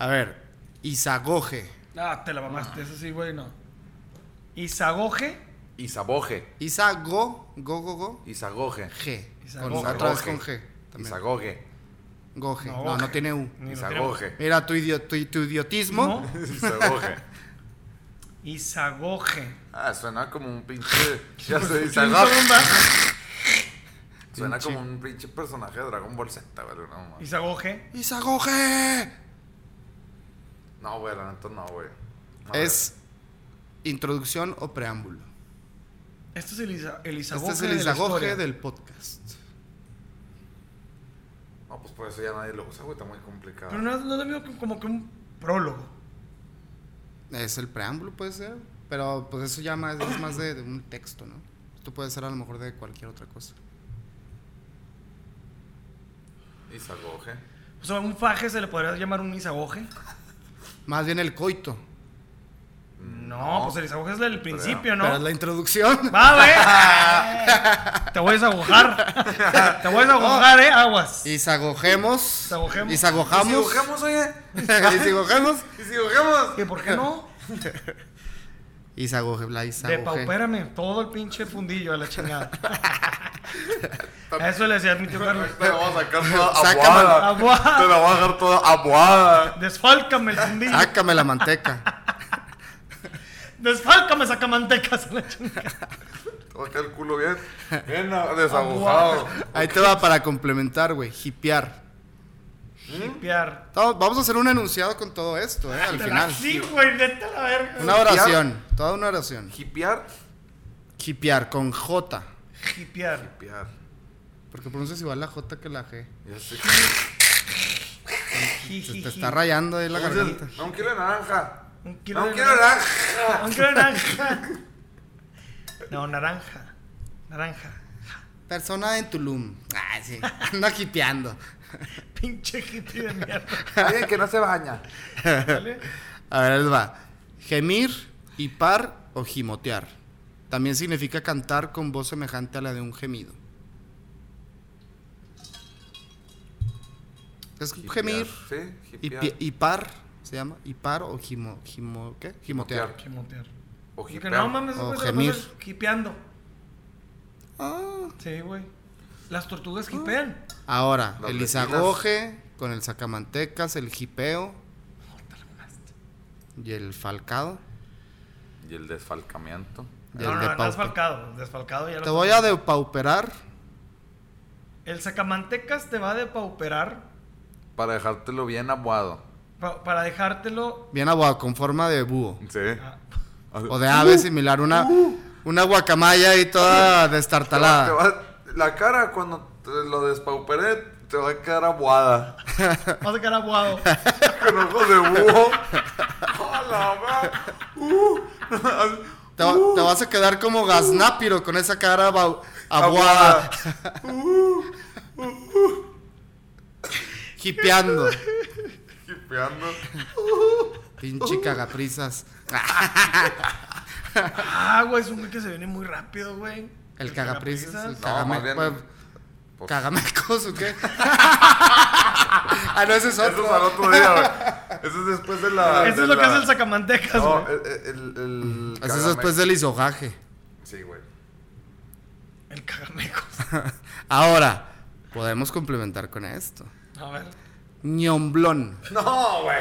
A ver, Isagoge.
Ah, te la mamaste, eso sí, güey, no. Isagoge,
Isaboje.
Isago, go, go, go,
Isagoje.
G. Con-
Isagoge.
otra vez con
Isagoge.
G. También.
Isagoge.
Goje.
No,
No, no,
Goje.
tiene U.
Ni lo
Isagoge.
Mira, tu, idio- tu- tu idiotismo.
¿No?
Isagoge.
Isagoge.
Ah, suena como un pinche. Ya
Pues,
sé, Isagoge.
Isagoge.
Suena
Pinche.
como un pinche personaje de Dragon Ball Z, güey. No, mames.
Isagoge.
¡Isagoje!
no, güey, la neta no, güey. No,
Es introducción o preámbulo.
Este es el, Isa- el
Este
Isagoge.
es el
de la
Isagoje
historia.
del podcast.
güey. No, pues por eso ya nadie lo usa, güey. Está muy complicado.
Pero no, no es lo mismo que- como que un prólogo.
Es el preámbulo, puede ser. Pero pues eso ya más, es más de, de un texto, ¿no? Esto puede ser a lo mejor de cualquier otra cosa.
Isagoge.
O sea, un faje se le podría llamar un Isagoge.
Más bien el coito.
No, pues el Isagoge es el principio,
Pero es
¿no?
la introducción.
Va, güey. Te voy a desagojar. Te voy a desagojar, eh, aguas.
Isagojemos.
Isagojemos.
¿Y si
Isagojamos.
cogemos, oye?
Isagojemos.
¿Y si cogemos?
¿Y por qué no?
Isagoje, la Isagoje.
Depaupérame todo el pinche fundillo a la chingada. A Eso le decía a mi tío Carlos.
Te la voy a sacar toda
Sácame.
aguada.
Aguada.
Te la voy a dejar toda aguada.
Desfálcame el fundillo.
Sácame la manteca.
Desfálcame sacamantecas a la chingada.
Te voy a sacar el culo bien. Bien desabujado.
Ahí te va para complementar, güey. Hipear.
Limpiar.
Todo- Vamos a hacer un enunciado con todo esto, ¿eh? Al
Te la-
final.
Sí, güey, neta la verga.
Una oración. Toda una oración.
Hipear.
Hipear con J.
Hipear.
Hipear.
Porque pronuncias igual la J que la G.
Ya sé.
Se te está rayando ahí la garganta.
No, un kilo de naranja.
Un kilo
No,
de
un kilo de naranja.
naranja. Un kilo de naranja. No, naranja. Naranja.
Persona en Tulum. Ah, sí. Anda hipeando.
Pinche hippie de mierda.
Alguien que no se baña.
¿Sale?
A ver, él va. Gemir, hipar o gimotear. También significa cantar con voz semejante a la de un gemido. Es gemir,
Sí, hipear.
hipi- hipar, se llama, hipar o gimo, gimo- ¿qué? gimotear.
Chimotear.
O
Y que
hipear.
no mames,
Pues O
güey, se la
gemir.
pasas hipeando.
Ah.
Sí, güey. Las tortugas hipean.
Ahora,
Las
el
vecinas.
izagoje con el sacamantecas, el jipeo y el falcado.
Y el desfalcamiento.
y
No,
el
no, no,
depauper.
desfalcado. Desfalcado ya lo
Te voy a depauperar
El sacamantecas te va a depauperar
Para dejártelo bien aguado.
pa- para dejártelo.
bien aguado, con forma de búho.
Sí.
Ah,
O de ave similar, una, una guacamaya ahí toda
Te va- te
destartalada.
va- la cara cuando te lo despauperé te va a quedar aguada.
vas a quedar aguado.
Con ojos de búho. ¡Hola, ma!
Te, va- te vas a quedar como gaznápiro con esa cara bau- aguada,
Aguada.
jipeando.
Hipeando.
Pinche cagaprisas.
Ah, güey, es un güey que se viene muy rápido, güey.
El cagaprisas, el
cagaprisas.
cagame-
más bien-
bueno,
Pues-
¿Cagamecos o qué? ah, no, ese es
Eso es
otro.
al otro día, güey. Eso es después de la.
Eso
de
es lo que
la-
hace el sacamantecas,
No,
güey.
el. el, el
Ese es después
cagame-
del isogaje.
Sí, güey.
El cagamecos.
Ahora, podemos complementar con esto.
A ver.
Ñomblón,
No, güey.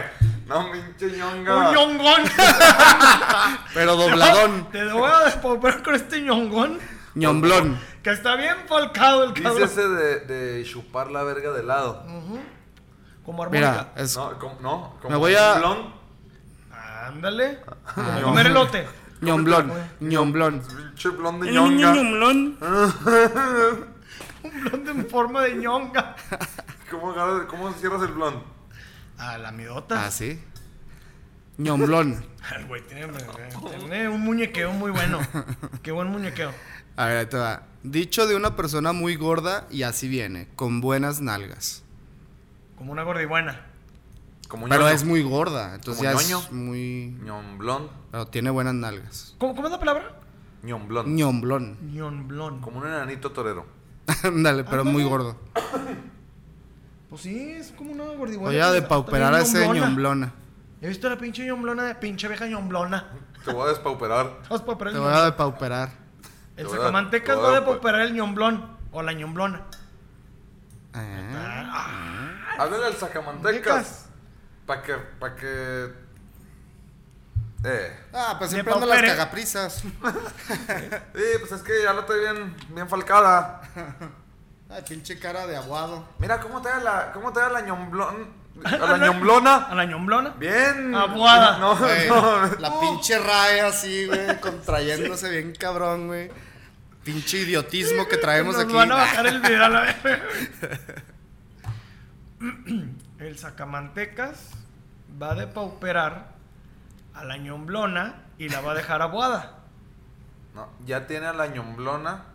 No, pinche ñonga.
Un ñongón.
pero dobladón.
Te voy a despauperar con este ñongón.
Ñomblón.
Que está bien falcado el cabrón.
Dícese de, de chupar la verga de lado.
Ujú. Como armónica.
Mira, es
No, como, no, como
Me voy a-
un blon.
Ándale. Como
Ah.
comer elote.
ñomblón, ñomblón.
Pinche blon de ñonga.
Un blonde en forma de ñonga.
¿Cómo, agarras- ¿Cómo cierras el blon?
A la midota.
Ah, sí. Ñomblón.
El güey tiene, tiene un muñequeo muy bueno. Qué buen muñequeo.
A ver, ahí te va. Dicho de una persona muy gorda y así viene, con buenas nalgas.
Como una gordibuena.
Como
Pero
ñoño.
es muy gorda, entonces
Como
ya
ñoño.
es muy...
Ñomblón.
Pero tiene buenas nalgas.
¿Cómo, cómo es la palabra?
Ñomblón.
Ñomblón.
Ñonblón.
Como un enanito torero.
Ándale, pero muy gordo.
Pues sí, es como una gordibuena.
Voy a
Está-
depauperar a
está bien
ese
ñonblona.
ñomblona.
He visto la pinche ñomblona de pinche vieja ñomblona.
Te voy a despauperar.
Vas pa' operar
Te
el
voy a depauperar.
El
Te voy a- te
sacamantecas va
voy
a
a-
depauperar el ñomblón o la ñomblona.
Ah,
Háblale al sacamantecas. Para que, para que. Eh.
Ah, pues
Me
siempre ando las
pauperé.
cagaprisas.
Sí, pues es que ya la estoy bien, bien falcada.
Ay, Ah, pinche cara de aguado.
Mira cómo te da la, cómo te da la ñomblón. A la
A
ñomblona.
la ñomblona.
Bien.
Aguada.
No,
Güey,
no.
Eh, la pinche raya así, güey, contrayéndose bien cabrón, güey. Pinche idiotismo que traemos
Nos
aquí.
van a bajar el video a la vez. el sacamantecas va a depauperar a la ñomblona y la va a dejar abuada.
No, ya tiene a la ñomblona.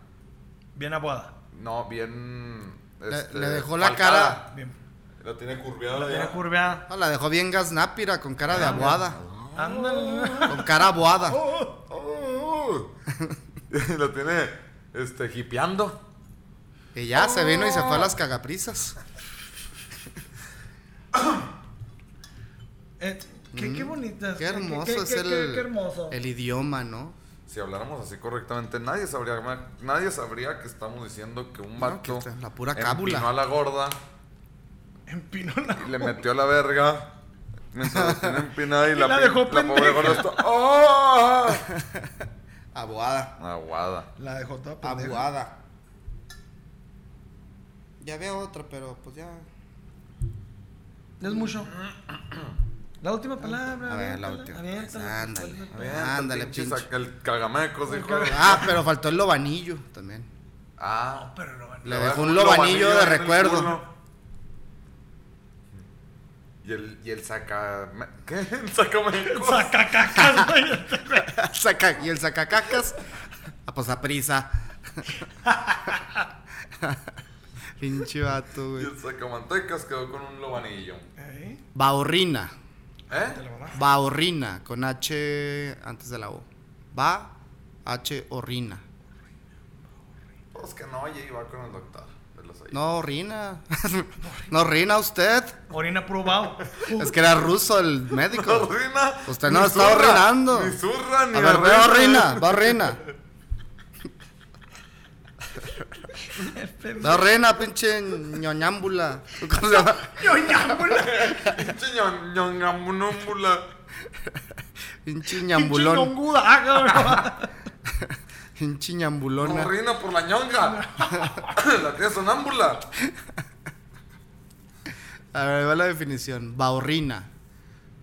Bien abuada.
No, bien.
Le-
este,
le dejó la
falcada.
Bien.
La tiene curviada.
La
ya.
tiene curveada.
Ah, la dejó bien gasnápira, con cara de
Ah,
aguada.
Ándale.
Con cara abuada.
Oh, oh, oh. la tiene este, hipeando.
Y ya
Oh.
se vino y se fue a las cagaprisas.
Eh, qué, qué bonitas.
Mm, Qué hermoso es el,
qué- qué hermoso.
el idioma, ¿no?
Si habláramos así correctamente, nadie sabría, ma- nadie sabría que estamos diciendo que un
No,
vato
que la pura
empinó
cábula.
a la gorda
Empinó la-
y le metió a la verga. Mientras la tiene empinada y,
Y
la,
la
pi-
dejó
la pobre
pendeja.
gorda está. ¡Oh!
Abuada.
Aguada.
La dejó toda pendeja.
Abuada. Ya había otra, pero pues ya.
No es mucho. La última palabra.
Ah, A ver, la
aviéntala,
última.
aviéntala.
Ándale.
Avienta,
Ándale,
pinche
pinche.
saca el cagamecos, dijo.
caga-
Ah, pero faltó el lobanillo también.
Ah,
Pero lo van-
voy
Le
a
dejó
dejar
un lobanillo de
en el
recuerdo.
culo. Y el, y el saca. ¿Qué? El sacamecos.
Sacacacas, güey.
Saca- y el sacacacas. Ah, pues a prisa. Pinche vato,
Y
güey.
el sacamantecas quedó con un lobanillo.
Ahí,
Baorrina.
te
¿Eh?
la mamá.
Baorrina. Con H antes de la O. Ba. H. Orrina.
Pues que no, y iba con el doctor. de los ahí.
No, orina. no orina usted.
Orina probado.
Es que era ruso el
No
médico.
orina.
Usted
ni
no está
zurra,
orinando.
Ni zurra, ni
A ver, ve
berrinche.
orina, va orina. Va orina, pinche ñoñámbula. ¿Cómo se llama?
Pinche ñon- ñongamunúmbula.
Pinche
Chingón
ñambulón.
gudaga, güey.
Pinche ñambulona.
Orina por la ñonga. la tía sonámbula.
A ver, ahí va la definición. Baorrina.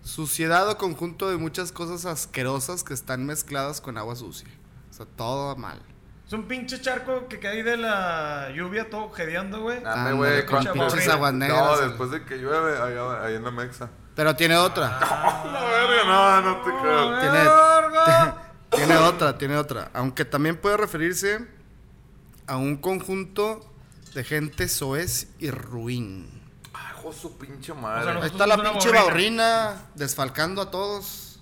Suciedad o conjunto de muchas cosas asquerosas que están mezcladas con agua sucia. O sea, todo mal.
Es un pinche charco que cae de la lluvia, todo gedeando, güey.
Dame,
Ándale,
güey.
con
cuando-
pinches
aguas
No,
negras.
después de que llueve, ahí, ahí en la mexa.
Pero tiene otra.
La verga, no, no te creo.
Tiene-
Verga.
Tiene otra, tiene otra. Aunque también puede referirse a un conjunto de gente soez y ruin.
Ajo su pinche
O sea,
madre.
Ahí
nosotros
está la
somos una
pinche
baurrina.
baurrina desfalcando a todos.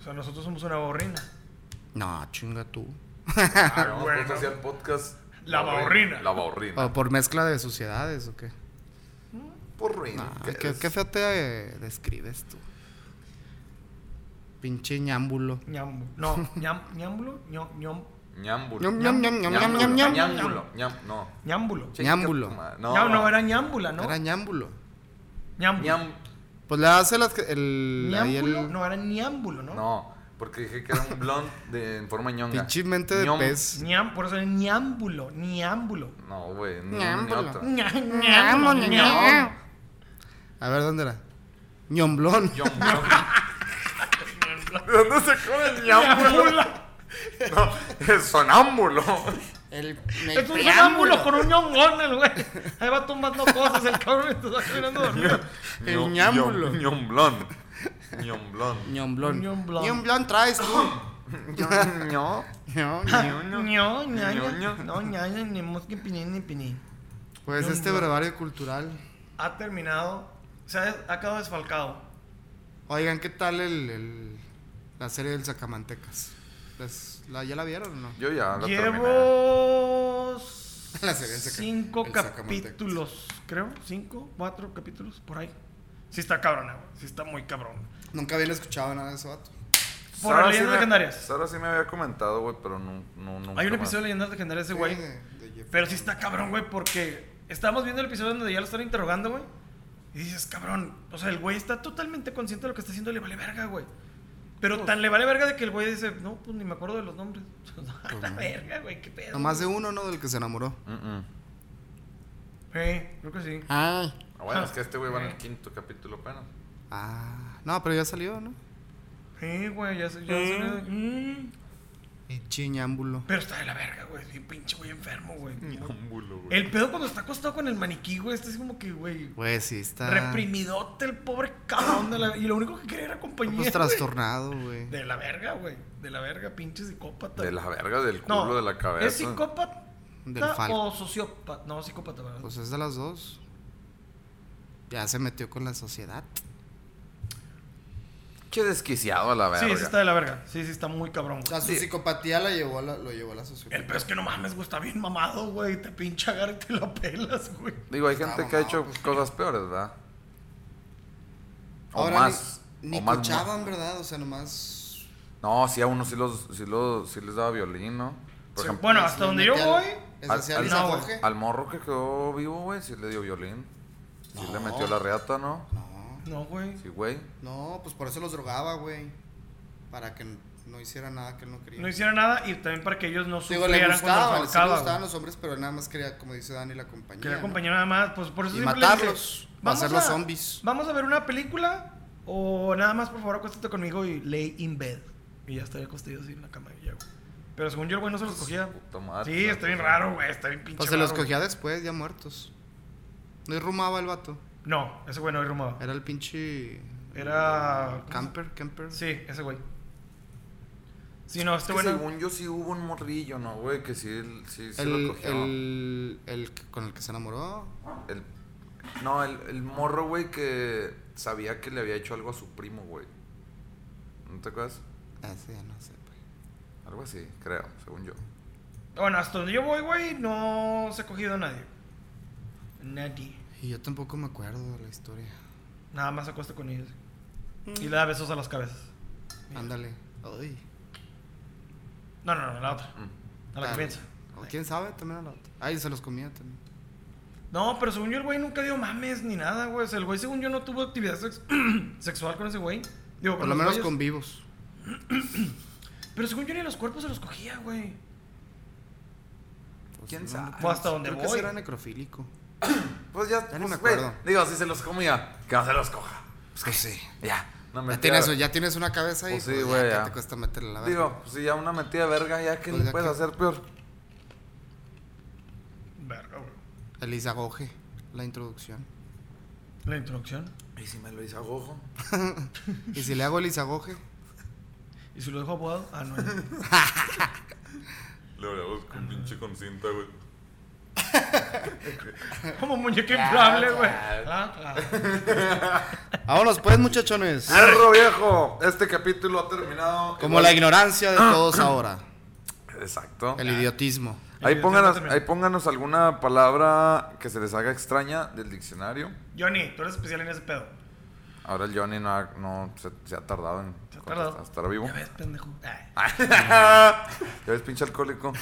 O sea, nosotros somos una borrina.
No, chinga tú.
Ah, no,
bueno.
nosotros hacía el podcast.
La Baurrina.
La baurrina.
¿O por mezcla de sociedades o qué?
Por ruina.
No,
¿qué
¿qué, Ah, qué,
es?
feo te eh, describes tú. Pinche ñámbulo.
Ñambu. No, ñam, ñambulo, ñom, ñom,
Ñámbulo.
Ñam, ñam, ñam, ñam,
Ñámbulo,
ñam.
ñam, ñam,
ñámbulo, ñam- No.
ñambulo.
Chica
Ñámbulo.
tu madre.
No, no, era ñambula, ¿no?
Era ñámbulo.
Ñambulo.
Ñam-
Pues le hace las que- el, ahí el-
Ñambulo, no, era ñambulo, ¿no?
No, porque dije que era un blond de, en forma ñonga.
pinche mente de
Ñom-
pez.
Ñam, por eso es ñambulo, ñambulo.
No, güey, ni, uno ni
Ñámbulo.
otro.
Ña- ñambulo, ñam.
A ver, ¿dónde era? Ñomblón.
Ñom- ñom- ¿De dónde sacó el ñámbulo?
Ñambula.
No, el sonámbulo.
El,
Es un sonámbulo con un ñongón, el güey. Ahí va tumbando cosas, el cabrón y te está caminando dormido.
El
Ñom-
ñámbulo.
ñom- Ñomblón. Ñomblón.
Ñomblón.
Ñomblón.
Ñomblón traes tú.
Ño- ño.
Ño, ño.
Ñoño.
Ño, ña,
Ñoño.
ña. No, ña, ña, ni mosquín, pinín, ni pinín.
Pues este brevario cultural.
Ha terminado, se ha, ha quedado desfalcado.
Oigan, ¿qué tal el, el- la serie del Sacamantecas? Pues, ¿la, ¿Ya la vieron o no?
Yo ya la terminé.
Llevo
La serie del saca-
cinco
el Sacamantecas.
capítulos, creo. Cinco, cuatro capítulos, por ahí. Sí está cabrona, güey. Sí está muy cabrón.
Nunca habían escuchado nada de eso, vato.
Por
Sara
leyendas
me-
legendarias.
Sara sí me había comentado, güey, pero no, no, nunca
Hay un
más.
episodio de Leyendas Legendarias de güey.
Sí, de-
Pero sí está cabrón, güey, porque estábamos viendo el episodio donde ya lo están interrogando, güey. Y dices, cabrón, o sea, el güey está totalmente consciente de lo que está haciendo, le vale verga, güey. Pero
Pues-
tan le vale verga de que el güey dice, no, pues ni me acuerdo de los nombres. A la
no.
verga, güey, qué pedo.
Nomás de uno, ¿no? Del que se enamoró.
Mm-mm.
Eh, creo que sí.
Ah.
Ah, bueno,
Ah.
es que este güey va en el quinto capítulo apenas.
Ah. No, pero ya salió, ¿no?
Sí, güey, ya se. Ya se-
Mm. Y chiñámbulo.
Pero está de la verga, güey. Sí, pinche güey enfermo, güey.
bulo, güey.
El pedo cuando está acostado con el maniquí, güey, está así como que, güey.
Pues sí, está.
Reprimidote el pobre cabrón de la. Y lo único que quería era compañía. güey.
Pues trastornado, güey.
De la verga, güey. De la verga, pinche psicópata.
De la verga, del culo, de la cabeza.
¿Es psicópata
Del falco.
o sociópata? No, psicópata, ¿verdad?
Pues es de las dos. Ya se metió con la sociedad.
Qué desquiciado a la verga.
sí, sí está de la verga. Sí, sí está muy cabrón. güey.
su Sí.
psicopatía la llevó lo llevó a la
El
sociedad.
pedo es que no mames, güey. Está bien mamado, güey. Te pinche agarra y te la pelas, güey.
Digo, hay gente
Ah,
que ha
no,
hecho
pues-
cosas peores, ¿verdad? O más.
Ni,
o más mu-
¿verdad? O sea, nomás.
No, sí, a uno sí, los, sí, los, sí les daba violín, ¿no? Por
Sí.
ejemplo,
Bueno, hasta donde yo voy.
al, al-
Lisa no, Jorge.
al morro que quedó vivo, güey, sí le dio violín. Sí le metió la reata, ¿no?
No,
No, güey.
Sí, güey.
no, pues por eso los drogaba, güey. Para que no hiciera nada que él no quería.
No hiciera nada y también para que ellos no
Digo, le
sufrieran cuando
gustaba,
los
sí le
ahorcaba,
gustaban
güey.
los hombres, pero él nada más quería, como dice Dani, la compañía.
Quería
¿no?
acompañar nada más. Pues por eso
Y
siempre le dije,
matarlos, hacerlos zombies.
Vamos a ver una película o nada más, por favor, acuéstate conmigo y lay in bed. Y ya estaría acostado así en la cama. y ya, güey. Pero según yo, el güey no se los cogía.
puta
ah,
madre,
sí,
la
está bien
cosa.
raro, güey. Está bien pinche.
Pues se los
raro, güey.
cogía después, ya muertos. No irrumaba el vato.
No, ese güey no irrumaba.
Era el pinche.
Era.
Camper, camper.
Sí, ese güey. Sí, no, este
Que
güey. no-
Según yo, sí hubo un morrillo, ¿no, güey? Que sí, sí, sí lo
El,
cogió.
el, el que- con el que se enamoró.
El- no, el, el morro, güey, que sabía que le había hecho algo a su primo, güey. ¿No te acuerdas?
Ah, sí, ya no sé. güey.
Algo así, creo, según yo.
Bueno, hasta donde yo voy, güey, no se ha cogido a nadie. Nadie.
Y yo tampoco me acuerdo de la historia.
Nada más se acuesta con ellos. Y le da besos a las cabezas.
Ándale. Ay.
No, no, no, la otra.
Mm.
A la
Claro.
que piensa.
O quién sabe, también a la otra. Ay, se los comía también.
No, pero según yo el güey nunca dio mames ni nada, güey. O sea, el güey según yo no tuvo actividad sex- sexual con ese güey. Digo,
Por
con
lo
los
menos
güeyes.
con vivos.
Pero según yo ni los cuerpos se los cogía, güey.
Pues,
¿Quién
no,
sabe?
creo-
Hasta donde
creo que
voy.
sí era necrofílico.
Pues ya,
Ya ni
pues,
me
güey,
acuerdo.
digo, si se los come ya, que no se los coja.
Pues que sí.
Ya, no
Ya tienes, ya tienes una cabeza ahí.
Pues sí,
pues, ya,
güey,
¿qué
ya.
te cuesta meterle la verga?
Digo, pues, si ya una metida de verga, ya que
Pues,
le
ya
puedes
que-
hacer peor.
Verga, güey.
El Isagoge, la introducción.
La introducción.
Y si me lo hizo agojo.
¿Y si le hago el Isagoge?
¿Y si lo dejo apodado? Ah, no.
Le hablamos con pinche con cinta, güey.
Como muñeca inflable, güey.
claro.
Ah, claro.
Vámonos pues, muchachones.
¡Arro viejo! Este capítulo ha terminado.
Como la ignorancia de todos ahora.
Exacto.
El idiotismo.
Ahí
El
pónganos,
idiota
ahí
también.
pónganos alguna palabra que se les haga extraña del diccionario.
Johnny, tú eres especial en ese pedo.
Ahora el Johnny no, ha- no se, se ha tardado en
Se ha
contestar-
tardado.
estar vivo.
Ya ves, pendejo. Ay.
ya ves, pinche alcohólico.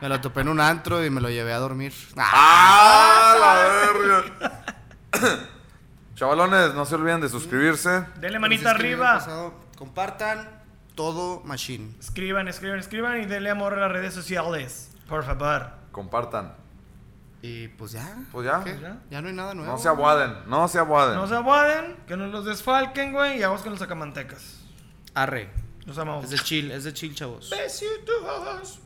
Me lo topé en un antro y me lo llevé a dormir. Ah,
¡Ah, la verga! Chavalones, no se olviden de suscribirse.
Denle
pues
manita
es que el año
arriba.
pasado, Compartan todo machine.
Escriban, escriban, escriban y denle amor a las redes sociales. Por favor.
Compartan.
Y pues ya.
Pues ya.
¿Qué?
Ya.
Ya no hay nada nuevo.
No se aguaden, no se aguaden.
No se aguaden, que no los desfalquen, güey. Y vamos con los sacamantecas.
Arre.
Los amamos.
Es de chill, es de chill, chavos.
Besitos.